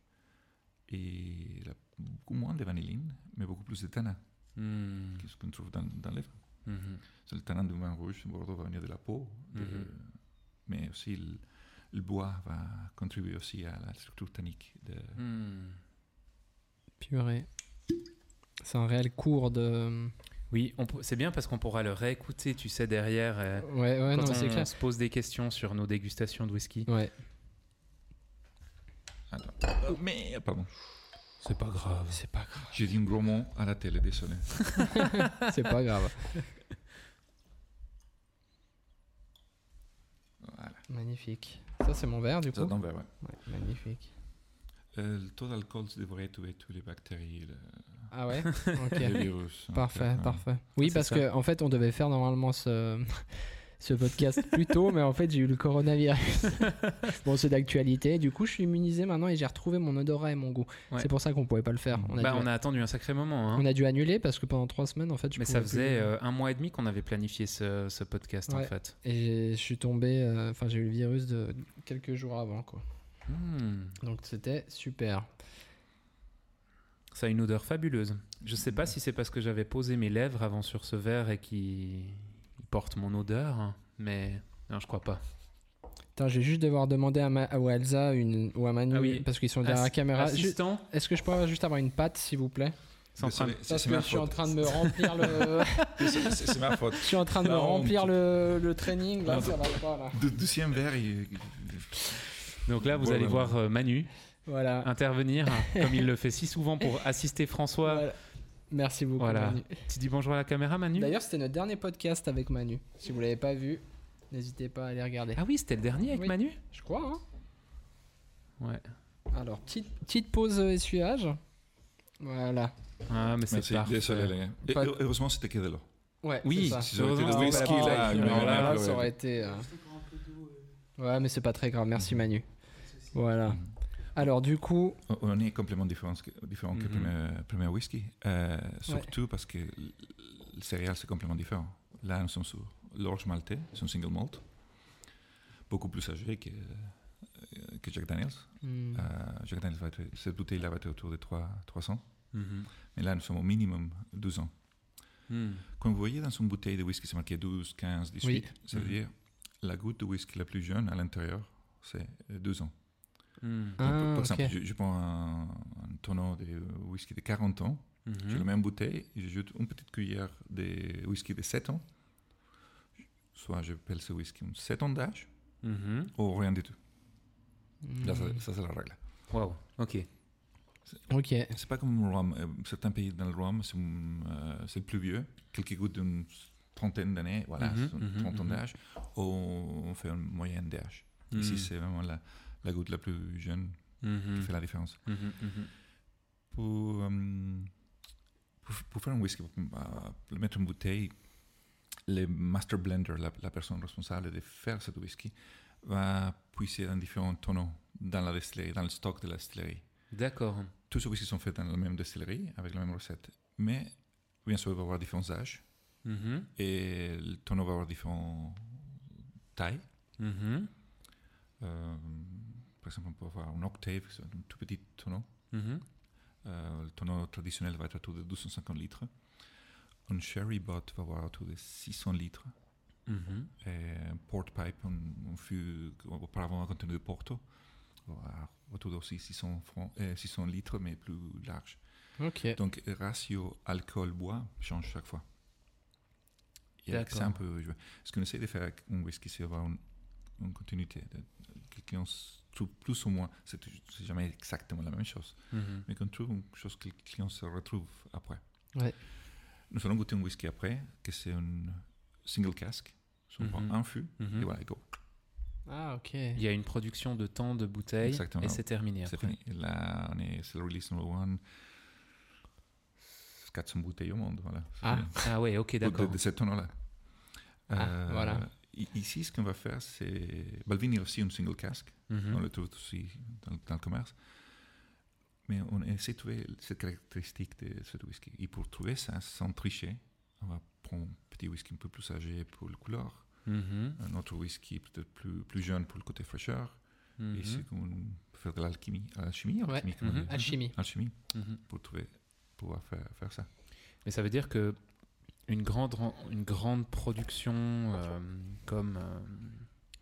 [SPEAKER 3] Et il y a beaucoup moins de vanilline, mais beaucoup plus de tanin
[SPEAKER 2] Mhm.
[SPEAKER 3] que ce qu'on trouve dans, dans les vins.
[SPEAKER 2] Mhm.
[SPEAKER 3] C'est le tanin du vin rouge, le bordeaux va venir de la peau, de-
[SPEAKER 2] Mhm.
[SPEAKER 3] mais aussi le, le bois va contribuer aussi à la structure tannique. De,
[SPEAKER 2] Mhm.
[SPEAKER 1] Purée. C'est un réel cours de.
[SPEAKER 2] Oui, on peut- c'est bien parce qu'on pourra le réécouter, tu sais, derrière. euh,
[SPEAKER 1] Ouais, ouais,
[SPEAKER 2] quand
[SPEAKER 1] non, mais
[SPEAKER 2] on
[SPEAKER 1] c'est clair.
[SPEAKER 2] se pose des questions sur nos dégustations de whisky.
[SPEAKER 1] Ouais,
[SPEAKER 3] Attends. Oh, mais, pardon,
[SPEAKER 2] C'est pas grave.
[SPEAKER 1] c'est pas grave.
[SPEAKER 3] j'ai dit un gros mot à la télé, désolé.
[SPEAKER 1] c'est pas grave.
[SPEAKER 3] Voilà,
[SPEAKER 1] Magnifique. Ça, c'est mon verre du
[SPEAKER 3] ça
[SPEAKER 1] coup.
[SPEAKER 3] donne ouais.
[SPEAKER 1] Ouais, magnifique.
[SPEAKER 3] Euh, Le taux d'alcool devrait tuer toutes les bactéries, le-
[SPEAKER 1] Ah ouais
[SPEAKER 3] les
[SPEAKER 1] Ok.
[SPEAKER 3] virus. hein,
[SPEAKER 1] parfait,
[SPEAKER 3] clairement.
[SPEAKER 1] parfait. Oui,
[SPEAKER 2] c'est
[SPEAKER 1] parce
[SPEAKER 2] ça.
[SPEAKER 1] que en fait, on devait faire normalement ce. Ce podcast plus tôt, mais en fait j'ai eu le coronavirus. bon, c'est d'actualité. Du coup, je suis immunisé maintenant et j'ai retrouvé mon odorat et mon goût.
[SPEAKER 2] Ouais.
[SPEAKER 1] C'est pour ça qu'on pouvait pas le faire. On a,
[SPEAKER 2] Bah,
[SPEAKER 1] dû,
[SPEAKER 2] on a attendu un sacré moment. hein.
[SPEAKER 1] on a dû annuler parce que pendant trois semaines, en fait, je
[SPEAKER 2] Mais ça
[SPEAKER 1] pouvais plus-
[SPEAKER 2] faisait euh, un mois et demi qu'on avait planifié ce, ce podcast, en
[SPEAKER 1] Ouais.
[SPEAKER 2] fait.
[SPEAKER 1] Et j'ai- je suis tombé, euh, enfin j'ai eu le virus de quelques jours avant quoi.
[SPEAKER 2] Mhm.
[SPEAKER 1] Donc c'était super.
[SPEAKER 2] Ça a une odeur fabuleuse. Je sais pas si c'est parce que j'avais posé mes lèvres avant sur ce verre et qui porte mon odeur, hein, mais non, je crois pas.
[SPEAKER 1] Attends, je vais juste devoir demander à, Ma- à Walza une, ou à Manu
[SPEAKER 2] Ah oui.
[SPEAKER 1] parce qu'ils sont derrière la
[SPEAKER 2] Assi-
[SPEAKER 1] caméra. Ju-
[SPEAKER 2] Assistant,
[SPEAKER 1] Est-ce que je peux avoir- juste avoir une patte s'il vous plaît
[SPEAKER 2] sans
[SPEAKER 3] Désolé,
[SPEAKER 2] problème.
[SPEAKER 3] c'est-
[SPEAKER 1] Parce
[SPEAKER 3] c'est
[SPEAKER 1] que
[SPEAKER 3] ma
[SPEAKER 1] je suis en
[SPEAKER 3] faute.
[SPEAKER 1] train de me remplir le,
[SPEAKER 3] C'est- C'est c'est ma faute.
[SPEAKER 1] je suis en train de me
[SPEAKER 3] La honte.
[SPEAKER 1] remplir le, le training là.
[SPEAKER 3] Non,
[SPEAKER 1] ça va pas, là.
[SPEAKER 3] Deux- Deuxième verre, il-
[SPEAKER 2] Donc là, vous
[SPEAKER 3] Voilà.
[SPEAKER 2] allez voir euh, Manu
[SPEAKER 1] Voilà.
[SPEAKER 2] intervenir, comme il le fait si souvent pour assister François.
[SPEAKER 1] Voilà. Merci beaucoup
[SPEAKER 2] Voilà.
[SPEAKER 1] Manu.
[SPEAKER 2] Tu dis bonjour à la caméra, Manu
[SPEAKER 1] D'ailleurs c'était notre dernier podcast avec Manu. Si vous l'avez pas vu, n'hésitez pas à aller regarder.
[SPEAKER 2] Ah oui, c'était le dernier avec
[SPEAKER 1] Oui.
[SPEAKER 2] Manu
[SPEAKER 1] Je crois. Hein.
[SPEAKER 2] Ouais.
[SPEAKER 1] Alors petite petite pause euh, essuyage. Voilà.
[SPEAKER 2] Ah, mais c'est
[SPEAKER 3] Merci,
[SPEAKER 2] parfait.
[SPEAKER 3] désolé les gars. Et
[SPEAKER 1] Pas-
[SPEAKER 3] Heureusement, c'était que de l'eau.
[SPEAKER 1] Ouais.
[SPEAKER 2] Oui.
[SPEAKER 1] c'est ça.
[SPEAKER 3] Si ça aurait été
[SPEAKER 2] Heureusement,
[SPEAKER 3] le
[SPEAKER 2] c'était
[SPEAKER 3] whisky,
[SPEAKER 2] pas
[SPEAKER 3] là,
[SPEAKER 2] pareil.
[SPEAKER 3] il
[SPEAKER 1] Alors
[SPEAKER 2] mais
[SPEAKER 1] Ah, là,
[SPEAKER 2] là,
[SPEAKER 1] ça aurait été. euh, Ouais, mais c'est pas très grave. Merci Manu. Voilà. Alors du coup,
[SPEAKER 3] On- On est complètement différent, que- différent que
[SPEAKER 2] Mhm.
[SPEAKER 3] premier, premier whisky. Euh, surtout parce que l- le céréal, c'est complètement différent. Là, nous sommes sur l'orge maltais, c'est un single malt. Beaucoup plus âgé que, euh, que Jack Daniels.
[SPEAKER 1] hmm,
[SPEAKER 2] Ah,
[SPEAKER 3] Euh, Jack Daniels, va être, cette bouteille-là va être autour de 3, 300.
[SPEAKER 2] Mhm.
[SPEAKER 3] Mais là, nous sommes au minimum 12 ans.
[SPEAKER 2] Mhm.
[SPEAKER 3] Comme vous voyez dans une bouteille de whisky, c'est marqué 12, 15, 18.
[SPEAKER 1] Oui.
[SPEAKER 3] Ça veut
[SPEAKER 2] Mhm.
[SPEAKER 3] dire la goutte de whisky la plus jeune à l'intérieur, c'est 2 ans.
[SPEAKER 2] Mhm.
[SPEAKER 1] Ah,
[SPEAKER 3] Donc, par
[SPEAKER 1] ok.
[SPEAKER 3] exemple, je, je prends un, un tonneau de whisky de 40 ans,
[SPEAKER 2] Mhm.
[SPEAKER 3] je le mets en bouteille, et je jette une petite cuillère de whisky de 7 ans. Soit j'appelle ce whisky un 7 ans d'âge,
[SPEAKER 2] Mhm.
[SPEAKER 3] ou rien du tout. Là, ça,
[SPEAKER 1] hmm,
[SPEAKER 3] ça, c'est la règle.
[SPEAKER 2] Wow, ok.
[SPEAKER 1] Ok.
[SPEAKER 3] C'est pas comme le rhum. Euh, Certains pays dans le rhum, c'est euh, c'est plus vieux, quelques gouttes d'une trentaine d'années, voilà,
[SPEAKER 2] Mhm,
[SPEAKER 3] c'est une
[SPEAKER 2] mhm,
[SPEAKER 3] trentaine
[SPEAKER 2] mhm.
[SPEAKER 3] d'âge, ou on fait une moyenne d'âge.
[SPEAKER 2] Mhm.
[SPEAKER 3] Ici, c'est vraiment la, la goutte la plus jeune qui
[SPEAKER 2] Mhm.
[SPEAKER 3] fait la différence.
[SPEAKER 2] Mhm, mhm.
[SPEAKER 3] pour, euh, pour, pour faire un whisky, pour, euh, pour le mettre en bouteille, le master blender, la, la personne responsable de faire ce whisky, va puiser dans différents tonneaux dans la distillerie, dans le stock de la distillerie.
[SPEAKER 2] D'accord.
[SPEAKER 3] Tous ceux qui sont faits dans la même distillerie, avec la même recette. Mais, bien sûr, il va y avoir différents âges
[SPEAKER 2] Mhm.
[SPEAKER 3] et le tonneau va avoir différentes tailles.
[SPEAKER 2] Mhm.
[SPEAKER 3] Euh, par exemple, on peut avoir une octave, c'est un tout petit tonneau.
[SPEAKER 2] Mhm.
[SPEAKER 3] Euh, le tonneau traditionnel va être autour de 250 litres. Un sherry bot va avoir autour de 600 litres.
[SPEAKER 2] Mhm.
[SPEAKER 3] Et un port pipe, un, un fût auparavant un contenu de Porto, va avoir autour d'aussi 600, francs- euh, 600 litres, mais plus large.
[SPEAKER 1] Ok.
[SPEAKER 3] Donc, le ratio alcool-bois change chaque fois. Et avec ça,
[SPEAKER 2] D'accord.
[SPEAKER 3] on peut jouer. Ce qu'on essaie de faire avec un whisky, c'est avoir une, une continuité. de- Que le client s- trouve plus ou moins, c'est tou- c'est jamais exactement la même chose,
[SPEAKER 2] Mhm.
[SPEAKER 3] mais qu'on trouve une chose que le client se retrouve après.
[SPEAKER 1] Ouais.
[SPEAKER 3] Nous allons goûter un whisky après, que c'est un single casque. On prend
[SPEAKER 2] Mhm.
[SPEAKER 3] un fût,
[SPEAKER 2] Mhm.
[SPEAKER 3] et voilà, go.
[SPEAKER 1] Ah, ok.
[SPEAKER 2] Il y a une production de temps de bouteilles
[SPEAKER 3] Exactement.
[SPEAKER 2] et c'est terminé
[SPEAKER 3] C'est
[SPEAKER 2] après.
[SPEAKER 3] fini. Et Là, on est, c'est le release number one. 400 bouteilles au monde, voilà.
[SPEAKER 1] Ah.
[SPEAKER 2] Ah ouais, ok,
[SPEAKER 3] de,
[SPEAKER 2] d'accord.
[SPEAKER 3] de cette tonne-là. Euh,
[SPEAKER 1] Ah, voilà.
[SPEAKER 3] i- Ici, ce qu'on va faire, c'est. Balvini a aussi un single casque.
[SPEAKER 2] Mhm.
[SPEAKER 3] On le trouve aussi dans, le- dans le commerce. Mais on essaie de trouver cette caractéristique de ce whisky. Et pour trouver ça, sans tricher, on va prendre un petit whisky un peu plus âgé pour le couleur,
[SPEAKER 2] Mhm.
[SPEAKER 3] un autre whisky peut-être plus, plus jeune pour le côté fraîcheur.
[SPEAKER 2] Mhm.
[SPEAKER 3] Et c'est comme on peut faire de l'alchimie. Alchimie,
[SPEAKER 1] Ouais.
[SPEAKER 3] alchimie, comment on
[SPEAKER 2] Mhm.
[SPEAKER 3] dit
[SPEAKER 1] Alchimie.
[SPEAKER 3] Alchimie,
[SPEAKER 2] Mhm.
[SPEAKER 3] pour trouver, pouvoir faire, faire ça.
[SPEAKER 2] Mais ça veut dire que une grande, ren- une grande production euh, comme, euh,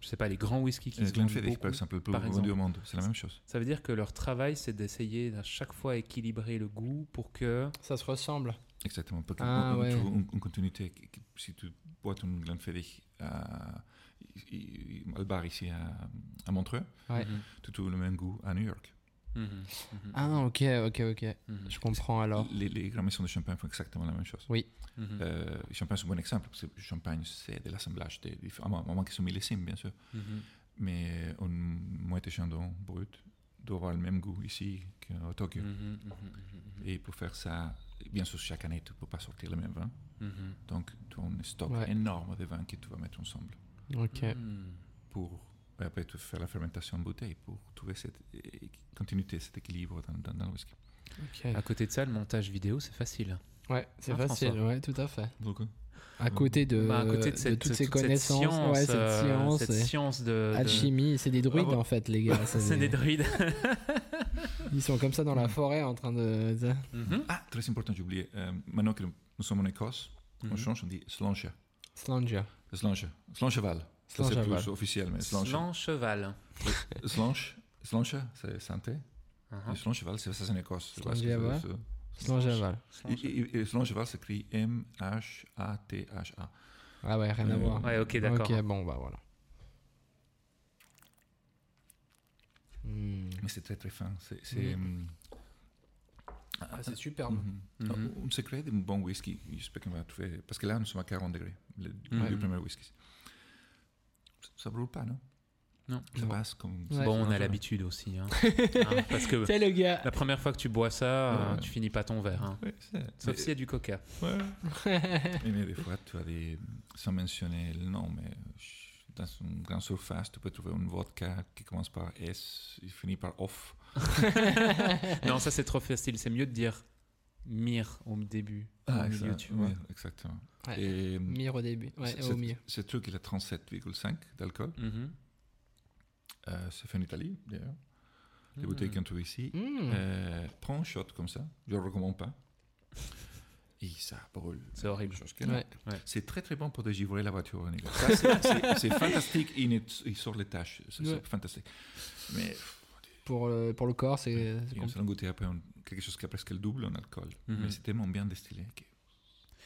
[SPEAKER 2] je sais pas, les grands whisky qui
[SPEAKER 3] Le
[SPEAKER 2] se vendent
[SPEAKER 3] Glenfiddich,
[SPEAKER 2] beaucoup,
[SPEAKER 3] par exemple, le plus
[SPEAKER 2] par
[SPEAKER 3] vendu au monde, c'est la même chose.
[SPEAKER 2] ça veut dire que leur travail, c'est d'essayer à chaque fois équilibrer le goût pour que...
[SPEAKER 1] Ça se ressemble.
[SPEAKER 3] Exactement. Parce
[SPEAKER 1] Ah,
[SPEAKER 3] qu'on- on
[SPEAKER 1] ouais.
[SPEAKER 3] trouve une, une continuité. qui- qui- Si tu bois ton Glenfiddich à, i- i- au bar ici à, à Montreux,
[SPEAKER 1] Ouais.
[SPEAKER 2] Mhm.
[SPEAKER 3] tu trouves le même goût à New York.
[SPEAKER 2] Mhm. Mhm.
[SPEAKER 1] Ah, ok, ok, ok.
[SPEAKER 2] Mhm.
[SPEAKER 1] Je comprends alors.
[SPEAKER 3] Les, les grandes maisons de champagne font exactement la même chose.
[SPEAKER 2] Mhm.
[SPEAKER 3] Euh, champagne, c'est un bon exemple. Parce que le champagne, c'est de l'assemblage, des, des, à moins à moins qu'ils sont millésimes, bien sûr.
[SPEAKER 2] Mhm.
[SPEAKER 3] mais euh, une moitié chandon brut doit avoir le même goût ici qu'à Tokyo.
[SPEAKER 1] Mm.
[SPEAKER 2] Mhm. Mhm.
[SPEAKER 3] Et pour faire ça, bien sûr, chaque année, tu ne peux pas sortir le même vin.
[SPEAKER 2] Mhm.
[SPEAKER 3] Donc, tu as un stock
[SPEAKER 1] Ouais.
[SPEAKER 3] énorme de vins que tu vas mettre ensemble
[SPEAKER 1] Ok.
[SPEAKER 2] Mhm.
[SPEAKER 3] pour et après tu fais la fermentation en bouteille pour trouver cette eh, continuité, cet équilibre dans, dans- dans le whisky.
[SPEAKER 2] À côté de ça, le montage vidéo, c'est facile.
[SPEAKER 1] Ouais, c'est
[SPEAKER 2] Hein,
[SPEAKER 1] facile,
[SPEAKER 2] François
[SPEAKER 1] ouais, tout à fait.
[SPEAKER 3] Pourquoi
[SPEAKER 1] À côté de,
[SPEAKER 2] Bah, à côté de,
[SPEAKER 1] de
[SPEAKER 2] cette,
[SPEAKER 1] toutes ces
[SPEAKER 2] toute
[SPEAKER 1] connaissances,
[SPEAKER 2] cette science,
[SPEAKER 1] ouais, cette
[SPEAKER 2] euh,
[SPEAKER 1] science,
[SPEAKER 2] cette
[SPEAKER 1] et
[SPEAKER 2] science de, de-
[SPEAKER 1] alchimie, c'est des druides
[SPEAKER 2] Bravo.
[SPEAKER 1] en fait, les gars. ça,
[SPEAKER 2] c'est
[SPEAKER 1] c'est-
[SPEAKER 2] des druides.
[SPEAKER 1] Ils sont comme ça dans la forêt en train de. de-
[SPEAKER 2] Mhm.
[SPEAKER 3] Ah, très important, j'ai oublié. Euh, maintenant que nous sommes en Écosse, on
[SPEAKER 2] Mhm.
[SPEAKER 3] change, on dit Slanche.
[SPEAKER 1] Slanger.
[SPEAKER 3] Slanche. Slancheval. Ça, C'est
[SPEAKER 1] Slancheval.
[SPEAKER 3] plus officiel, mais Slanche.
[SPEAKER 2] Slan cheval.
[SPEAKER 3] Slanche, Slanche, c'est santé.
[SPEAKER 1] Ah.
[SPEAKER 2] Mhm.
[SPEAKER 3] Et Slancheval, c'est ça, c'est en Écosse. C'est
[SPEAKER 1] Slan
[SPEAKER 3] parce que
[SPEAKER 1] Cheval.
[SPEAKER 3] c'est-
[SPEAKER 1] Slangerval.
[SPEAKER 2] Slan cheval.
[SPEAKER 3] Slancheval s'écrit M-H-A-T-H-A.
[SPEAKER 1] Ah ouais, rien à
[SPEAKER 3] Euh,
[SPEAKER 1] voir.
[SPEAKER 2] Ouais, ok, d'accord.
[SPEAKER 1] Ok, bon, bah voilà. Hmm.
[SPEAKER 3] Mais c'est très très fin. C'est c'est,
[SPEAKER 1] Oui.
[SPEAKER 3] hum,
[SPEAKER 1] Ah, c'est superbe.
[SPEAKER 3] mhm.
[SPEAKER 2] Mhm.
[SPEAKER 3] Un- Un secret d'un bon whisky, j'espère qu'on va trouver. Parce que là, nous sommes à 40 degrés, le
[SPEAKER 2] Ouais.
[SPEAKER 3] le premier whisky. Ça- Ça brûle pas, non
[SPEAKER 2] Non.
[SPEAKER 3] Ça
[SPEAKER 1] Non.
[SPEAKER 3] passe comme.
[SPEAKER 1] Ouais.
[SPEAKER 2] Bon, on a
[SPEAKER 3] Enfin,
[SPEAKER 2] l'habitude aussi. hein. Hein, parce que
[SPEAKER 1] T'es le gars.
[SPEAKER 2] la première fois que tu bois ça, euh,
[SPEAKER 3] Ouais.
[SPEAKER 2] tu finis pas ton verre. hein.
[SPEAKER 3] ouais, c'est-
[SPEAKER 2] Sauf
[SPEAKER 3] mais-
[SPEAKER 2] s'il y a du coca.
[SPEAKER 3] ouais. Et mais des fois, tu as des. Sans mentionner le nom, mais ch- dans une grande surface, tu peux trouver une vodka qui commence par S, il finit par off.
[SPEAKER 2] non, ça c'est trop facile. C'est mieux de dire mire au début. au milieu,
[SPEAKER 3] Ah, exact-
[SPEAKER 2] tu vois.
[SPEAKER 3] ouais, exactement.
[SPEAKER 1] Ouais.
[SPEAKER 3] Et, hum,
[SPEAKER 1] Mire au début.
[SPEAKER 3] Ce-
[SPEAKER 1] Ouais,
[SPEAKER 3] ce-
[SPEAKER 1] au mire.
[SPEAKER 3] Ce truc, il a 37,5 d'alcool.
[SPEAKER 2] Mhm.
[SPEAKER 3] Euh, c'est fait en Italie, d'ailleurs. Les
[SPEAKER 2] Mhm.
[SPEAKER 3] bouteilles qu'on trouve ici.
[SPEAKER 1] Hmm.
[SPEAKER 3] Euh, prends un shot comme ça. Je ne le recommande pas. Et ça brûle.
[SPEAKER 2] C'est horrible.
[SPEAKER 3] Chose que non.
[SPEAKER 1] Ouais.
[SPEAKER 3] C'est très, très bon pour dégivrer la voiture en hiver. Ça, c'est- c'est- C'est fantastique. Il, est- il sort les tâches. C'est
[SPEAKER 1] Ouais.
[SPEAKER 3] c'est fantastique. Mais
[SPEAKER 1] Pour, le, pour le corps, c'est. c'est
[SPEAKER 3] ils
[SPEAKER 1] compl-
[SPEAKER 3] nous allons goûter après un- quelque chose qui a presque le double en alcool.
[SPEAKER 2] Mhm.
[SPEAKER 3] Mais c'est tellement bien distillé. que-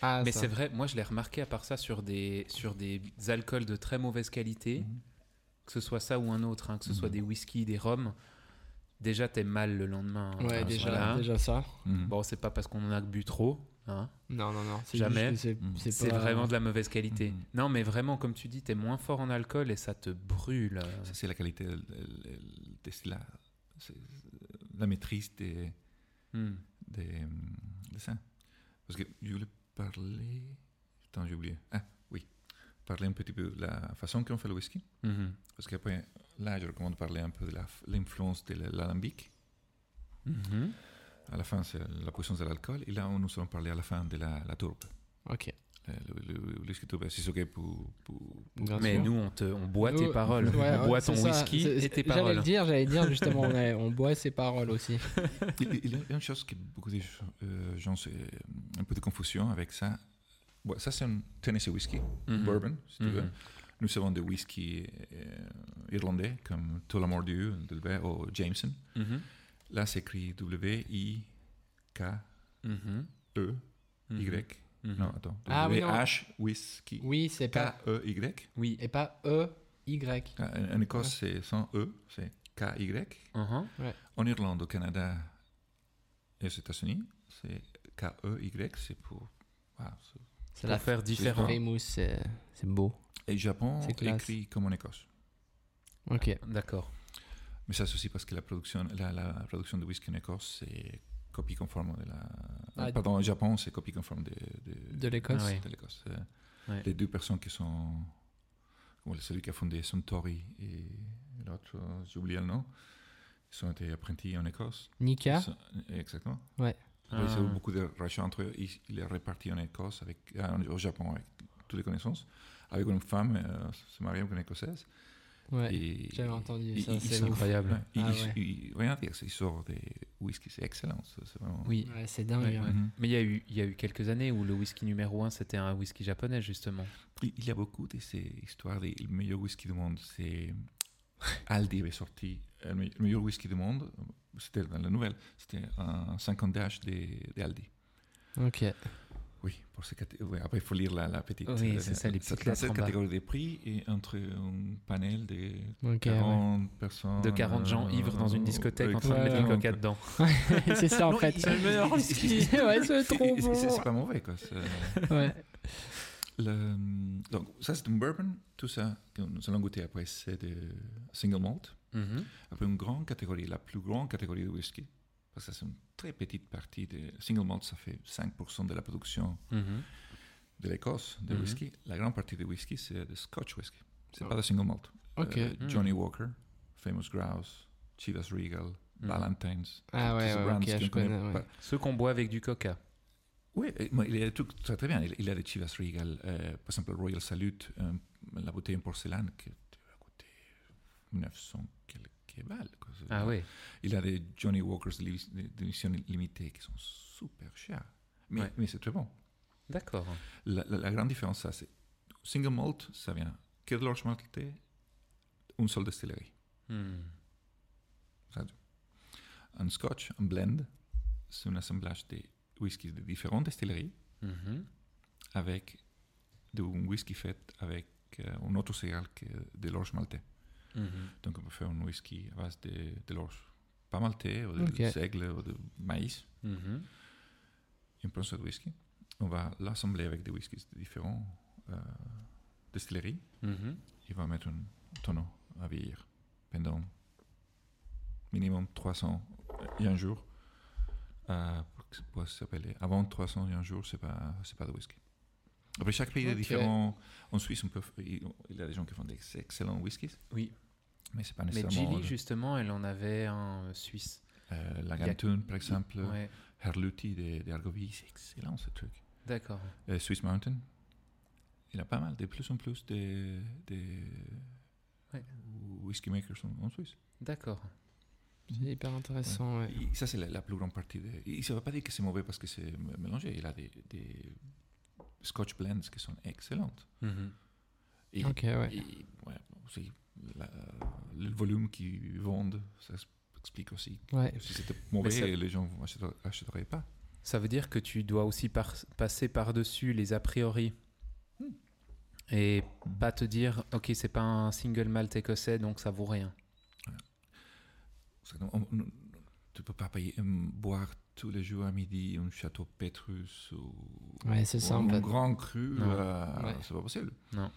[SPEAKER 1] Ah,
[SPEAKER 2] Mais
[SPEAKER 1] ça.
[SPEAKER 2] c'est vrai, moi je l'ai remarqué à part ça sur des, sur des alcools de très mauvaise qualité,
[SPEAKER 3] Mhm.
[SPEAKER 2] que ce soit ça ou un autre, hein, que ce soit
[SPEAKER 3] Mhm.
[SPEAKER 2] des whisky, des rhums, déjà t'es mal le lendemain. hein,
[SPEAKER 1] Ouais,
[SPEAKER 2] à ce
[SPEAKER 1] déjà,
[SPEAKER 2] moment-là.
[SPEAKER 1] déjà ça.
[SPEAKER 3] Mhm.
[SPEAKER 2] Bon, c'est pas parce qu'on en a bu trop, hein,
[SPEAKER 1] Non, non, non. c'est
[SPEAKER 2] Jamais. Hmm.
[SPEAKER 1] juste que
[SPEAKER 3] Mm.
[SPEAKER 1] C'est
[SPEAKER 2] c'est
[SPEAKER 1] pas-
[SPEAKER 2] vraiment de la mauvaise qualité.
[SPEAKER 3] Mhm.
[SPEAKER 2] Non, mais vraiment, comme tu dis, t'es moins fort en alcool et ça te brûle. euh.
[SPEAKER 3] Ça, c'est la qualité, le- le- le destillat. C'est la maîtrise des.
[SPEAKER 2] Mhm.
[SPEAKER 3] des, hum, des saints. Parce que je voulais parler. Attends, j'ai oublié. Ah, oui. parler un petit peu de la façon qu'on fait le whisky.
[SPEAKER 2] Mhm.
[SPEAKER 3] Parce qu'après, là, je recommande de parler un peu de la f- l'influence de l'alambic.
[SPEAKER 2] Mhm.
[SPEAKER 3] À la fin, c'est la puissance de l'alcool. Et là, on nous allons parler à la fin de la, la tourbe.
[SPEAKER 1] Ok.
[SPEAKER 3] Le, le, le- le whisky tourbe, c'est ce que pour, pour,
[SPEAKER 1] Bien
[SPEAKER 2] Mais
[SPEAKER 1] sûr.
[SPEAKER 2] nous, on, te, on boit tes
[SPEAKER 1] Nous-
[SPEAKER 2] paroles.
[SPEAKER 1] Ouais,
[SPEAKER 2] on
[SPEAKER 1] ouais,
[SPEAKER 2] boit
[SPEAKER 1] c'est
[SPEAKER 2] ton
[SPEAKER 1] ça,
[SPEAKER 2] whisky
[SPEAKER 1] c'est-
[SPEAKER 2] et tes
[SPEAKER 1] J'allais le
[SPEAKER 2] paroles.
[SPEAKER 1] dire, j'allais dire justement, on, a- on boit ses paroles aussi.
[SPEAKER 3] Il, il- il y a une chose que beaucoup de gens- euh, gens, c'est euh, un peu de confusion avec ça. Bon, ça, c'est un Tennessee whisky,
[SPEAKER 1] Mm-hmm.
[SPEAKER 2] Mhm.
[SPEAKER 3] bourbon, si tu veux.
[SPEAKER 2] Mhm.
[SPEAKER 3] Nous avons des whisky euh, irlandais comme Tola Mordu, Delbert ou Jameson.
[SPEAKER 2] Mhm.
[SPEAKER 3] Là, c'est écrit W-I-K-E-Y.
[SPEAKER 2] Mhm.
[SPEAKER 1] Mm-hmm.
[SPEAKER 2] Mhm. Mhm.
[SPEAKER 3] E Non, attends.
[SPEAKER 1] Ah oui, non. E
[SPEAKER 3] W-H-Whisky.
[SPEAKER 1] Oui, c'est pas
[SPEAKER 3] K-E-Y.
[SPEAKER 2] Oui.
[SPEAKER 1] et pas E Y.
[SPEAKER 3] E Ah, En, en Écosse, c'est sans E, c'est K-Y.
[SPEAKER 2] Mhm.
[SPEAKER 3] En Irlande, au Canada et aux États-Unis, c'est K-E-Y, c'est pour. voilà, c'est-
[SPEAKER 1] C'est
[SPEAKER 2] Pour
[SPEAKER 1] la
[SPEAKER 2] faire différent.
[SPEAKER 1] famous, c'est c'est beau.
[SPEAKER 3] Et Japon
[SPEAKER 1] C'est classe.
[SPEAKER 3] écrit comme en Écosse.
[SPEAKER 1] Ok.
[SPEAKER 2] D'accord.
[SPEAKER 3] Mais ça, c'est aussi parce que la production, la, la production de whisky en Écosse, c'est copie conforme de la.
[SPEAKER 1] Ah,
[SPEAKER 3] pardon, au Japon, c'est copie conforme de, de,
[SPEAKER 1] De l'Écosse.
[SPEAKER 2] Ah ouais.
[SPEAKER 3] de l'Écosse. Euh,
[SPEAKER 2] Ouais.
[SPEAKER 3] Les deux personnes qui sont. bon, celui qui a fondé Suntory et l'autre, euh, j'ai oublié le nom, ils sont été apprentis en Écosse.
[SPEAKER 1] Nika.
[SPEAKER 3] Ils sont- Exactement.
[SPEAKER 1] Ouais.
[SPEAKER 3] Après, Ils ont eu
[SPEAKER 2] Ah.
[SPEAKER 3] beaucoup de rachats entre eux. Il, il est réparti en Écosse, avec, ah, au Japon, avec toutes les connaissances, avec une femme, euh, se marier avec une Écossaise.
[SPEAKER 1] Ouais.
[SPEAKER 3] Et-
[SPEAKER 1] J'avais entendu
[SPEAKER 3] et-
[SPEAKER 1] ça,
[SPEAKER 3] et-
[SPEAKER 1] c'est
[SPEAKER 3] ils sont-
[SPEAKER 2] incroyable.
[SPEAKER 3] Ouais, il-
[SPEAKER 1] Ah
[SPEAKER 3] il-
[SPEAKER 1] ouais.
[SPEAKER 3] il- rien à dire, il sort des whisky, c'est excellent. ça, C'est vraiment...
[SPEAKER 2] Oui.
[SPEAKER 1] Ouais, c'est dingue.
[SPEAKER 2] Ouais,
[SPEAKER 1] hein.
[SPEAKER 2] ouais.
[SPEAKER 3] Mhm.
[SPEAKER 2] Mais il y, a eu, il y a eu quelques années où le whisky numéro 1, c'était un whisky japonais, justement.
[SPEAKER 3] Il il y a beaucoup de ces histoires des le meilleur whisky du monde. C'est Aldi avait sorti euh, le me- le meilleur whisky du monde. C'était dans la nouvelle. C'était un 50 DH de, de Aldi.
[SPEAKER 1] hein. Ok.
[SPEAKER 3] Oui, pour ces catég- ouais, après il faut lire la, la petite.
[SPEAKER 2] Oui,
[SPEAKER 3] la-
[SPEAKER 2] c'est ça, les petites
[SPEAKER 3] dans
[SPEAKER 2] lettres en
[SPEAKER 3] cette
[SPEAKER 2] bas.
[SPEAKER 3] catégorie des prix et entre un panel de
[SPEAKER 1] Ok. ouais.
[SPEAKER 3] 40 personnes. euh,
[SPEAKER 2] De 40 gens ivres dans une discothèque en train de
[SPEAKER 1] Oh. Ouais,
[SPEAKER 2] mettre une
[SPEAKER 1] ouais.
[SPEAKER 2] coca dedans.
[SPEAKER 1] c'est ça en fait.
[SPEAKER 3] C'est le meilleur whisky.
[SPEAKER 1] ouais, c'est trop
[SPEAKER 3] C'est- c'est-
[SPEAKER 1] bon.
[SPEAKER 3] C'est pas mauvais quoi. c'est-
[SPEAKER 1] Ouais.
[SPEAKER 3] Le- donc, ça, c'est un bourbon. Tout ça que nous allons goûter après, c'est de single malt.
[SPEAKER 2] Mhm.
[SPEAKER 3] Après, une grande catégorie, la plus grande catégorie de whisky. Parce que ça, c'est une très petite partie. De, single malt, ça fait 5% de la production
[SPEAKER 2] Mhm.
[SPEAKER 3] de l'Écosse de
[SPEAKER 2] Mhm.
[SPEAKER 3] whisky. La grande partie de whisky, c'est de Scotch whisky. C'est pas de single malt.
[SPEAKER 1] Ah. Ok. Hmm.
[SPEAKER 3] Euh,
[SPEAKER 2] Mhm.
[SPEAKER 3] Johnny Walker, Famous Grouse, Chivas Regal,
[SPEAKER 2] Mhm.
[SPEAKER 3] Ballantine's.
[SPEAKER 1] Hmm. Ah
[SPEAKER 3] tous
[SPEAKER 1] ouais,
[SPEAKER 3] ces
[SPEAKER 1] ouais,
[SPEAKER 3] brands
[SPEAKER 1] ok,
[SPEAKER 3] qu'on
[SPEAKER 1] je connais.
[SPEAKER 3] connaît
[SPEAKER 1] ouais.
[SPEAKER 3] pas.
[SPEAKER 2] Ceux qu'on boit avec du coca.
[SPEAKER 3] Oui, euh, moi, il y a des trucs très très bien. Il, il y a des Chivas Regal, euh, par exemple Royal Salute, euh, la bouteille en porcelaine qui va coûter 900 quelques balles. quoi. C'est-
[SPEAKER 2] Ah oui.
[SPEAKER 3] Il y a des Johnny Walkers de li- de- d'édition limitée qui sont super chers. Mais,
[SPEAKER 2] Ouais.
[SPEAKER 3] mais c'est très bon.
[SPEAKER 2] D'accord.
[SPEAKER 3] La, la- la grande différence, ça, c'est single malt, ça vient que de l'orge maltais, une seule distillerie.
[SPEAKER 2] Hmm.
[SPEAKER 3] Un scotch, un blend, c'est un assemblage de whiskies de différentes distilleries.
[SPEAKER 2] Mhm.
[SPEAKER 3] avec de un whisky fait avec euh, un autre céréale que de l'orge maltais.
[SPEAKER 2] Mhm.
[SPEAKER 3] Donc on peut faire un whisky à base de, de l'orge pas maltais, ou de
[SPEAKER 1] Ok.
[SPEAKER 3] seigle, ou de maïs.
[SPEAKER 2] Mhm.
[SPEAKER 3] Et on prend ce whisky, on va l'assembler avec des whiskies de différents euh, distilleries.
[SPEAKER 2] Mhm.
[SPEAKER 3] Et on va mettre un tonneau à vieillir pendant minimum 300 et un jour. Euh, pour que- pour que ça s'appelle- avant 300 et un jour, c'est pas, c'est pas de whisky. Après, chaque pays est
[SPEAKER 1] Ok.
[SPEAKER 3] différent. En Suisse, on peut, f- il il y a des gens qui font des ex- excellents whiskies.
[SPEAKER 2] Oui.
[SPEAKER 3] Mais c'est pas
[SPEAKER 2] Mais
[SPEAKER 3] nécessairement.
[SPEAKER 2] Gilly, justement, elle en avait un euh, suisse.
[SPEAKER 3] euh, la
[SPEAKER 2] il y a-
[SPEAKER 3] Gantun, par exemple.
[SPEAKER 2] Ouais.
[SPEAKER 3] Herluti de, de Argovie, c'est excellent ce truc.
[SPEAKER 2] D'accord.
[SPEAKER 3] Euh, Swiss Mountain, il y a pas mal, de plus en plus de, de
[SPEAKER 2] Ouais.
[SPEAKER 3] whisky makers en- en Suisse.
[SPEAKER 2] D'accord.
[SPEAKER 1] C'est hyper intéressant. ouais.
[SPEAKER 3] Et Ça, c'est la, la plus grande partie. De... Et ça ne veut pas dire que c'est mauvais parce que c'est m- mélangé. Il a des, des Scotch blends qui sont excellentes.
[SPEAKER 2] Mhm.
[SPEAKER 3] Et,
[SPEAKER 1] Ok, ouais.
[SPEAKER 3] et, ouais, aussi, la- le volume qu'ils vendent, ça s- explique aussi.
[SPEAKER 1] Ouais.
[SPEAKER 3] Si c'était mauvais,
[SPEAKER 2] ça-
[SPEAKER 3] les gens n'achèteraient achèteraient pas.
[SPEAKER 2] Ça veut dire que tu dois aussi par- passer par-dessus les a priori
[SPEAKER 1] Hmm.
[SPEAKER 2] et pas te dire ok c'est pas un single malt écossais donc ça vaut rien.
[SPEAKER 3] Parce que on- on- tu ne peux pas payer, euh, boire tous les jours à midi un château Petrus ou,
[SPEAKER 1] Ouais, c'est
[SPEAKER 3] ou
[SPEAKER 1] ça, en
[SPEAKER 3] un
[SPEAKER 1] fait.
[SPEAKER 3] grand cru.
[SPEAKER 2] Non.
[SPEAKER 3] euh,
[SPEAKER 1] Ouais.
[SPEAKER 3] C'est pas possible.
[SPEAKER 2] Non.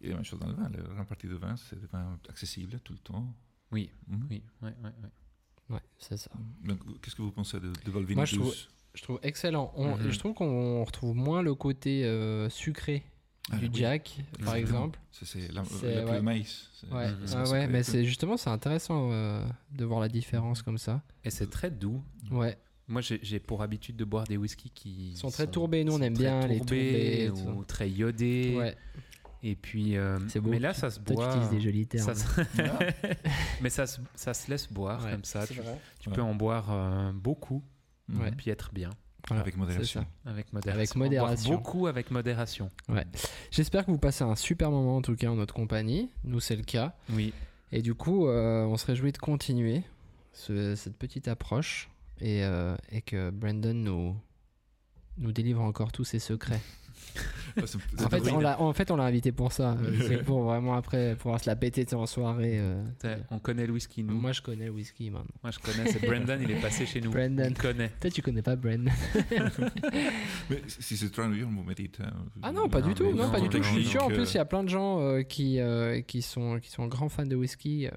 [SPEAKER 3] Et la même chose dans le vin. La grande partie du vin, c'est des vins accessibles tout le temps.
[SPEAKER 2] Oui,
[SPEAKER 3] Mhm.
[SPEAKER 2] oui, ouais, ouais, ouais.
[SPEAKER 1] Ouais, c'est ça.
[SPEAKER 3] Donc, qu'est-ce que vous pensez de, de Volvin
[SPEAKER 1] Moi, je
[SPEAKER 3] Douce
[SPEAKER 1] trouve- Je trouve excellent. On-
[SPEAKER 2] Mhm.
[SPEAKER 1] Je trouve qu'on retrouve moins le côté euh, sucré
[SPEAKER 3] Ah,
[SPEAKER 1] du
[SPEAKER 3] oui,
[SPEAKER 1] Jack, par
[SPEAKER 3] exactement.
[SPEAKER 1] exemple.
[SPEAKER 3] C'est- C'est la,
[SPEAKER 1] C'est-
[SPEAKER 3] la
[SPEAKER 1] ouais.
[SPEAKER 3] de maïs. C'est-
[SPEAKER 1] Ouais,
[SPEAKER 2] Mhm.
[SPEAKER 3] ça,
[SPEAKER 1] ah
[SPEAKER 3] ça
[SPEAKER 1] ouais,
[SPEAKER 3] peut
[SPEAKER 1] mais
[SPEAKER 3] être-
[SPEAKER 1] c'est justement c'est intéressant euh, de voir la différence comme ça.
[SPEAKER 2] Et c'est très doux.
[SPEAKER 1] Ouais,
[SPEAKER 2] Moi, j'ai j'ai pour habitude de boire des whisky qui
[SPEAKER 1] Ils sont très tourbés, nous, on
[SPEAKER 2] sont
[SPEAKER 1] aime
[SPEAKER 2] très
[SPEAKER 1] bien les tourbés, tout
[SPEAKER 2] ou très iodés.
[SPEAKER 1] ouais.
[SPEAKER 2] Et puis, euh,
[SPEAKER 1] C'est beau,
[SPEAKER 2] mais là, ça se
[SPEAKER 1] Toi, tu
[SPEAKER 2] boit.
[SPEAKER 1] utilises des jolis termes.
[SPEAKER 2] ça se-
[SPEAKER 3] Ah,
[SPEAKER 2] mais ça, se- ça se laisse boire
[SPEAKER 1] Ouais,
[SPEAKER 2] comme ça.
[SPEAKER 1] c'est
[SPEAKER 2] Tu,
[SPEAKER 1] vrai.
[SPEAKER 2] tu peux en boire euh, beaucoup,
[SPEAKER 3] mhm.
[SPEAKER 1] Ouais.
[SPEAKER 2] puis être bien
[SPEAKER 1] Voilà,
[SPEAKER 3] Avec
[SPEAKER 1] c'est
[SPEAKER 3] modération.
[SPEAKER 1] ça.
[SPEAKER 2] avec modération.
[SPEAKER 1] Avec
[SPEAKER 2] En boire
[SPEAKER 1] modération.
[SPEAKER 2] beaucoup avec modération.
[SPEAKER 1] J'espère que vous passez un super moment en tout cas en notre compagnie. Nous, c'est le cas.
[SPEAKER 2] Oui.
[SPEAKER 1] Et du coup, euh, on se réjouit de continuer ce- cette petite approche et, euh, et que Brandon nous, nous délivre encore tous ses secrets.
[SPEAKER 3] Ah, c'est- c'est
[SPEAKER 1] En fait,
[SPEAKER 3] drôle.
[SPEAKER 1] on l'a, en fait, on l'a invité pour ça. euh, C'est pour vraiment après pouvoir se la péter tu sais, en soirée. euh.
[SPEAKER 2] T'as- On connaît le whisky, nous. Moi,
[SPEAKER 1] Moi, je connais le whisky maintenant.
[SPEAKER 2] je connais. C'est Brendan, il est passé chez nous.
[SPEAKER 1] Brendan.
[SPEAKER 2] Il connaît.
[SPEAKER 1] Peut-être tu connais pas Brandon.
[SPEAKER 3] Mais si c'est trop dur, vous me dites. hein.
[SPEAKER 1] Ah non, pas
[SPEAKER 2] Non,
[SPEAKER 1] du tout.
[SPEAKER 2] mais
[SPEAKER 1] Non,
[SPEAKER 2] non,
[SPEAKER 1] pas du tout. Je suis
[SPEAKER 2] non,
[SPEAKER 1] sûr. En
[SPEAKER 3] euh,
[SPEAKER 1] plus, il y a plein de gens euh, qui, euh, qui, sont, qui sont grands fans de whisky. euh,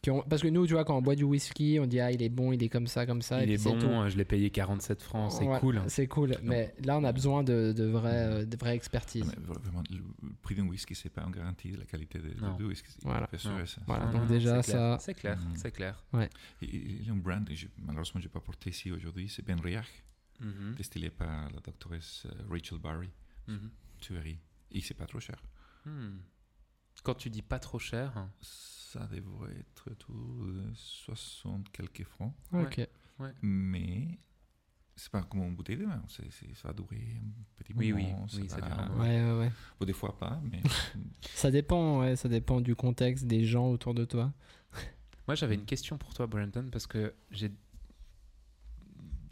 [SPEAKER 1] qui ont... Parce que nous, tu vois, quand on boit du whisky, on dit ah, il est bon, il est comme ça, comme ça. et
[SPEAKER 2] il
[SPEAKER 1] puis
[SPEAKER 2] est
[SPEAKER 1] c'est
[SPEAKER 2] bon.
[SPEAKER 1] tout.
[SPEAKER 2] euh, Je l'ai payé 47 francs. C'est
[SPEAKER 1] Ouais,
[SPEAKER 2] cool. Mmh.
[SPEAKER 1] C'est cool. Mais là, on a besoin de, de, vraie, euh, de vraie
[SPEAKER 3] non,
[SPEAKER 2] Ah,
[SPEAKER 1] expertise.
[SPEAKER 3] ah, mais voilà, vraiment, le prix d'un whisky, c'est pas en garantie de la qualité de-
[SPEAKER 2] Non.
[SPEAKER 3] de- du whisky. c'est
[SPEAKER 1] Voilà.
[SPEAKER 3] pas sûr,
[SPEAKER 2] Non.
[SPEAKER 3] ça.
[SPEAKER 1] Voilà,
[SPEAKER 2] Non,
[SPEAKER 1] donc
[SPEAKER 2] non,
[SPEAKER 1] déjà,
[SPEAKER 2] c'est clair,
[SPEAKER 1] ça. Hmm.
[SPEAKER 2] C'est clair.
[SPEAKER 3] Mhm.
[SPEAKER 2] C'est clair.
[SPEAKER 3] Il- Il il y a un brand, et je- malheureusement, je n'ai pas porté ici aujourd'hui, c'est Ben Benriach,
[SPEAKER 2] Mhm,
[SPEAKER 3] distillé par la doctoresse euh, Rachel Barry,
[SPEAKER 2] mhm.
[SPEAKER 3] tuerie. Et c'est pas trop cher.
[SPEAKER 2] Hmm. Quand tu dis pas trop cher,
[SPEAKER 3] Ça devrait être autour de 60 quelques francs.
[SPEAKER 2] Ouais.
[SPEAKER 1] Ok.
[SPEAKER 3] Mais c'est pas comme une bouteille de vin, c'est- c'est- ça va durer un petit
[SPEAKER 2] Oui, oui,
[SPEAKER 3] moment.
[SPEAKER 2] oui, ça
[SPEAKER 3] va-
[SPEAKER 2] dure un
[SPEAKER 1] Ouais, ouais, ouais.
[SPEAKER 3] Bon, des fois pas, mais
[SPEAKER 1] Ça dépend, ouais, ça dépend du contexte, des gens autour de toi.
[SPEAKER 2] Moi, j'avais
[SPEAKER 3] Mm.
[SPEAKER 2] une question pour toi, Brandon, parce que j'ai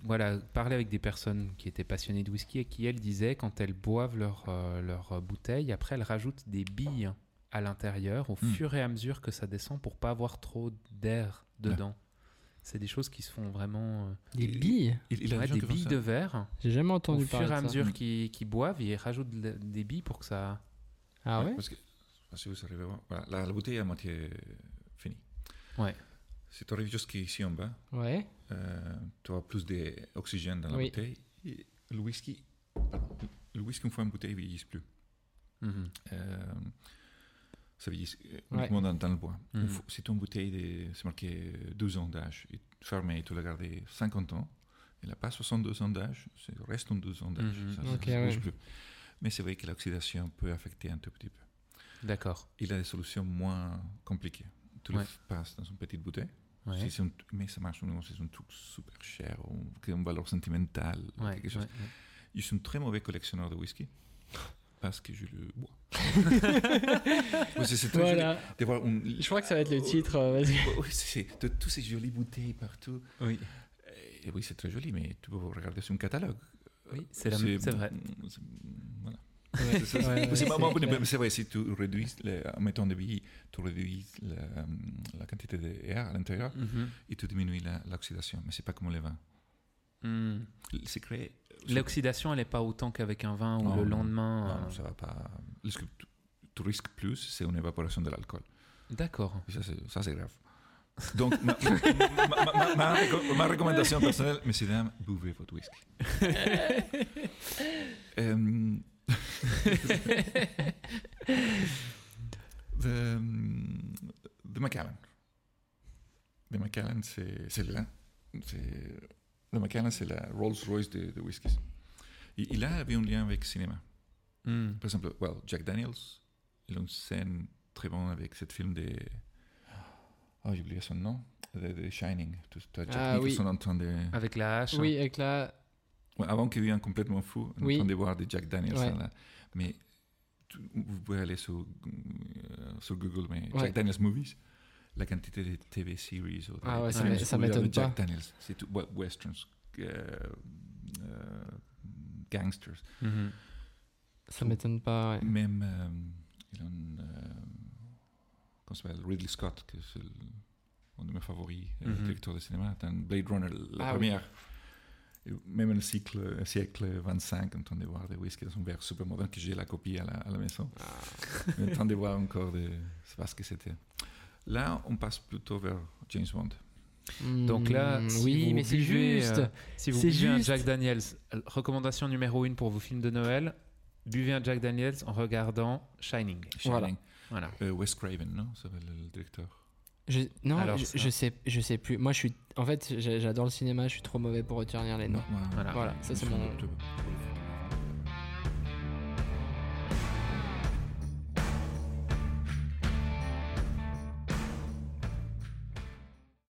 [SPEAKER 2] voilà, parlé avec des personnes qui étaient passionnées de whisky et qui, elles, disaient quand elles boivent leur, euh, leur euh, bouteille, après, elles rajoutent des billes à l'intérieur au
[SPEAKER 3] Mm. Ah.
[SPEAKER 2] fur et à mesure que ça descend pour pas avoir trop d'air dedans. C'est des choses qui se font vraiment. euh,
[SPEAKER 1] Des
[SPEAKER 3] Et-
[SPEAKER 1] billes
[SPEAKER 3] il, il a
[SPEAKER 2] ouais,
[SPEAKER 3] des gens
[SPEAKER 2] des
[SPEAKER 3] qui font
[SPEAKER 2] billes
[SPEAKER 3] ça.
[SPEAKER 2] de verre.
[SPEAKER 1] J'ai jamais
[SPEAKER 2] Au
[SPEAKER 1] entendu
[SPEAKER 2] fur
[SPEAKER 1] parler
[SPEAKER 2] et à
[SPEAKER 1] de ça.
[SPEAKER 3] Mm.
[SPEAKER 2] mesure qu'ils qu'ils boivent, ils rajoutent de la- des billes pour que ça.
[SPEAKER 1] Ah ouais
[SPEAKER 3] Parce que si vous arrivez à voir, voilà, la, la bouteille est à moitié euh, finie.
[SPEAKER 2] Ouais.
[SPEAKER 3] Si tu arrives jusqu'ici en bas,
[SPEAKER 1] Ouais.
[SPEAKER 3] euh, tu as plus d'oxygène dans la
[SPEAKER 1] Oui.
[SPEAKER 3] bouteille. Et le whisky, pardon, le whisky, une fois en bouteille, il ne vieillit plus.
[SPEAKER 2] Mhm.
[SPEAKER 3] Euh, ça vieillit euh,
[SPEAKER 1] Ouais.
[SPEAKER 3] uniquement dans, dans le bois.
[SPEAKER 2] Mhm.
[SPEAKER 3] Une fois- Si ton bouteille, de- c'est marqué 12 ans d'âge, et fermée, tu l'as gardée 50 ans, elle n'a pas 62 ans d'âge, c'est reste en 12 ans d'âge.
[SPEAKER 2] Mhm.
[SPEAKER 3] Ça- ça-
[SPEAKER 1] Ok,
[SPEAKER 3] ça bouge
[SPEAKER 1] ouais.
[SPEAKER 3] plus. Mais c'est vrai que l'oxydation peut affecter un tout petit peu.
[SPEAKER 2] D'accord.
[SPEAKER 3] Il a des solutions moins compliquées. Tu
[SPEAKER 2] Ouais.
[SPEAKER 3] le passes dans une petite bouteille.
[SPEAKER 2] Ouais.
[SPEAKER 3] Si c'est un- mais ça marche, non, c'est un truc super cher, ou qui a une valeur sentimentale, ou
[SPEAKER 2] Ouais,
[SPEAKER 3] quelque chose.
[SPEAKER 2] ouais, ouais.
[SPEAKER 3] Je suis un très mauvais collectionneur de whisky parce que je le bois. Parce que c'est très joli
[SPEAKER 1] Voilà.
[SPEAKER 3] de voir un-
[SPEAKER 1] Je crois que ça va être le titre. euh, vas-y.
[SPEAKER 3] Oh, oui, c'est- c'est- de toutes ces jolies bouteilles partout.
[SPEAKER 2] Oui.
[SPEAKER 3] Et oui, c'est très joli, mais tu peux regarder sur un catalogue.
[SPEAKER 2] Oui, c'est la- c'est vrai.
[SPEAKER 3] c'est- Voilà.
[SPEAKER 1] Ouais,
[SPEAKER 3] C'est-
[SPEAKER 1] ouais, ouais,
[SPEAKER 3] c'est-
[SPEAKER 1] c'est
[SPEAKER 3] moi, moi,
[SPEAKER 1] clair.
[SPEAKER 3] mais c'est vrai, si tu réduis, le- en mettant des billes, tu réduis la, la quantité d'air à l'intérieur
[SPEAKER 2] Mhm.
[SPEAKER 3] et tu diminues la- l'oxydation. Mais c'est pas comme le vin.
[SPEAKER 2] Hmm.
[SPEAKER 3] Le secret.
[SPEAKER 2] L'oxydation, elle n'est pas autant qu'avec un vin où
[SPEAKER 3] Non,
[SPEAKER 2] le
[SPEAKER 3] non.
[SPEAKER 2] lendemain.
[SPEAKER 3] Non,
[SPEAKER 2] euh,
[SPEAKER 3] ça va pas. Le- Ce que tu, tu risques plus, c'est une évaporation de l'alcool.
[SPEAKER 2] D'accord.
[SPEAKER 3] Et Ça, c'est- ça, c'est grave. Donc, ma, ma- ma- ma- ma réco- ma recommandation personnelle, messieurs, dames, buvez votre whisky. Euh, the, the Macallan. The Macallan, c'est c'est là. C'est- The Macallan, c'est la Rolls-Royce de, de whiskies. Il, il a avait un lien avec le cinéma.
[SPEAKER 2] Hmm.
[SPEAKER 3] Par exemple, well, Jack Daniels, il a une scène très bonne avec ce film de. Oh, j'ai oublié son nom. The, The Shining. Tu- tu as Jack
[SPEAKER 1] Ah, oui.
[SPEAKER 3] Nicholson en train de.
[SPEAKER 2] Avec la hache.
[SPEAKER 1] Oui, avec la.
[SPEAKER 3] Ouais, avant qu'il devienne complètement fou, en
[SPEAKER 1] Oui.
[SPEAKER 3] train de voir des Jack Daniels.
[SPEAKER 1] Ouais.
[SPEAKER 3] hein, là. Mais tu- vous pouvez aller sur, euh, sur Google, mais
[SPEAKER 1] Ouais.
[SPEAKER 3] Jack Daniels Movies, la quantité de TV series. Ou de-
[SPEAKER 1] Ah ouais,
[SPEAKER 3] de
[SPEAKER 1] ça
[SPEAKER 3] films
[SPEAKER 1] m'é- ça
[SPEAKER 3] où il y avait
[SPEAKER 1] m'étonne
[SPEAKER 3] Jack
[SPEAKER 1] pas.
[SPEAKER 3] Daniels, c'est tout. ouais, Westerns, euh, euh, gangsters.
[SPEAKER 2] Mhm.
[SPEAKER 1] Ça m'étonne pas. ouais.
[SPEAKER 3] Même euh, il y a un, euh, comment ça s'appelle Ridley Scott, que c'est le- un de mes favoris, euh,
[SPEAKER 2] Mhm.
[SPEAKER 3] directeur de cinéma, dans Blade Runner, la
[SPEAKER 1] Ah oui.
[SPEAKER 3] première. Et Même le cycle, le siècle 25, en train de voir des whisky dans un verre super moderne, que j'ai la copie à la, à la maison. Mais en train de voir encore de savoir ce que c'était. Là, on passe plutôt vers James Bond.
[SPEAKER 2] Donc là,
[SPEAKER 1] Hmm,
[SPEAKER 2] si
[SPEAKER 1] oui,
[SPEAKER 2] vous
[SPEAKER 1] mais c'est
[SPEAKER 2] buvez,
[SPEAKER 1] juste.
[SPEAKER 2] euh, Si vous
[SPEAKER 1] C'est
[SPEAKER 2] buvez un
[SPEAKER 1] juste.
[SPEAKER 2] Jack Daniels, euh, recommandation numéro une pour vos films de Noël, buvez un Jack Daniels en regardant Shining.
[SPEAKER 1] Voilà.
[SPEAKER 3] Shining.
[SPEAKER 2] Voilà.
[SPEAKER 3] Euh, Wes Craven, non Ça s'appelle le directeur.
[SPEAKER 1] Je, non,
[SPEAKER 2] Alors,
[SPEAKER 1] je,
[SPEAKER 2] ça.
[SPEAKER 1] je sais, je sais plus. Moi, je suis. En fait, j'ai- j'adore le cinéma. Je suis trop mauvais pour retenir les noms.
[SPEAKER 3] voilà.
[SPEAKER 2] Voilà.
[SPEAKER 1] Voilà, ça c'est mon.
[SPEAKER 3] Tout.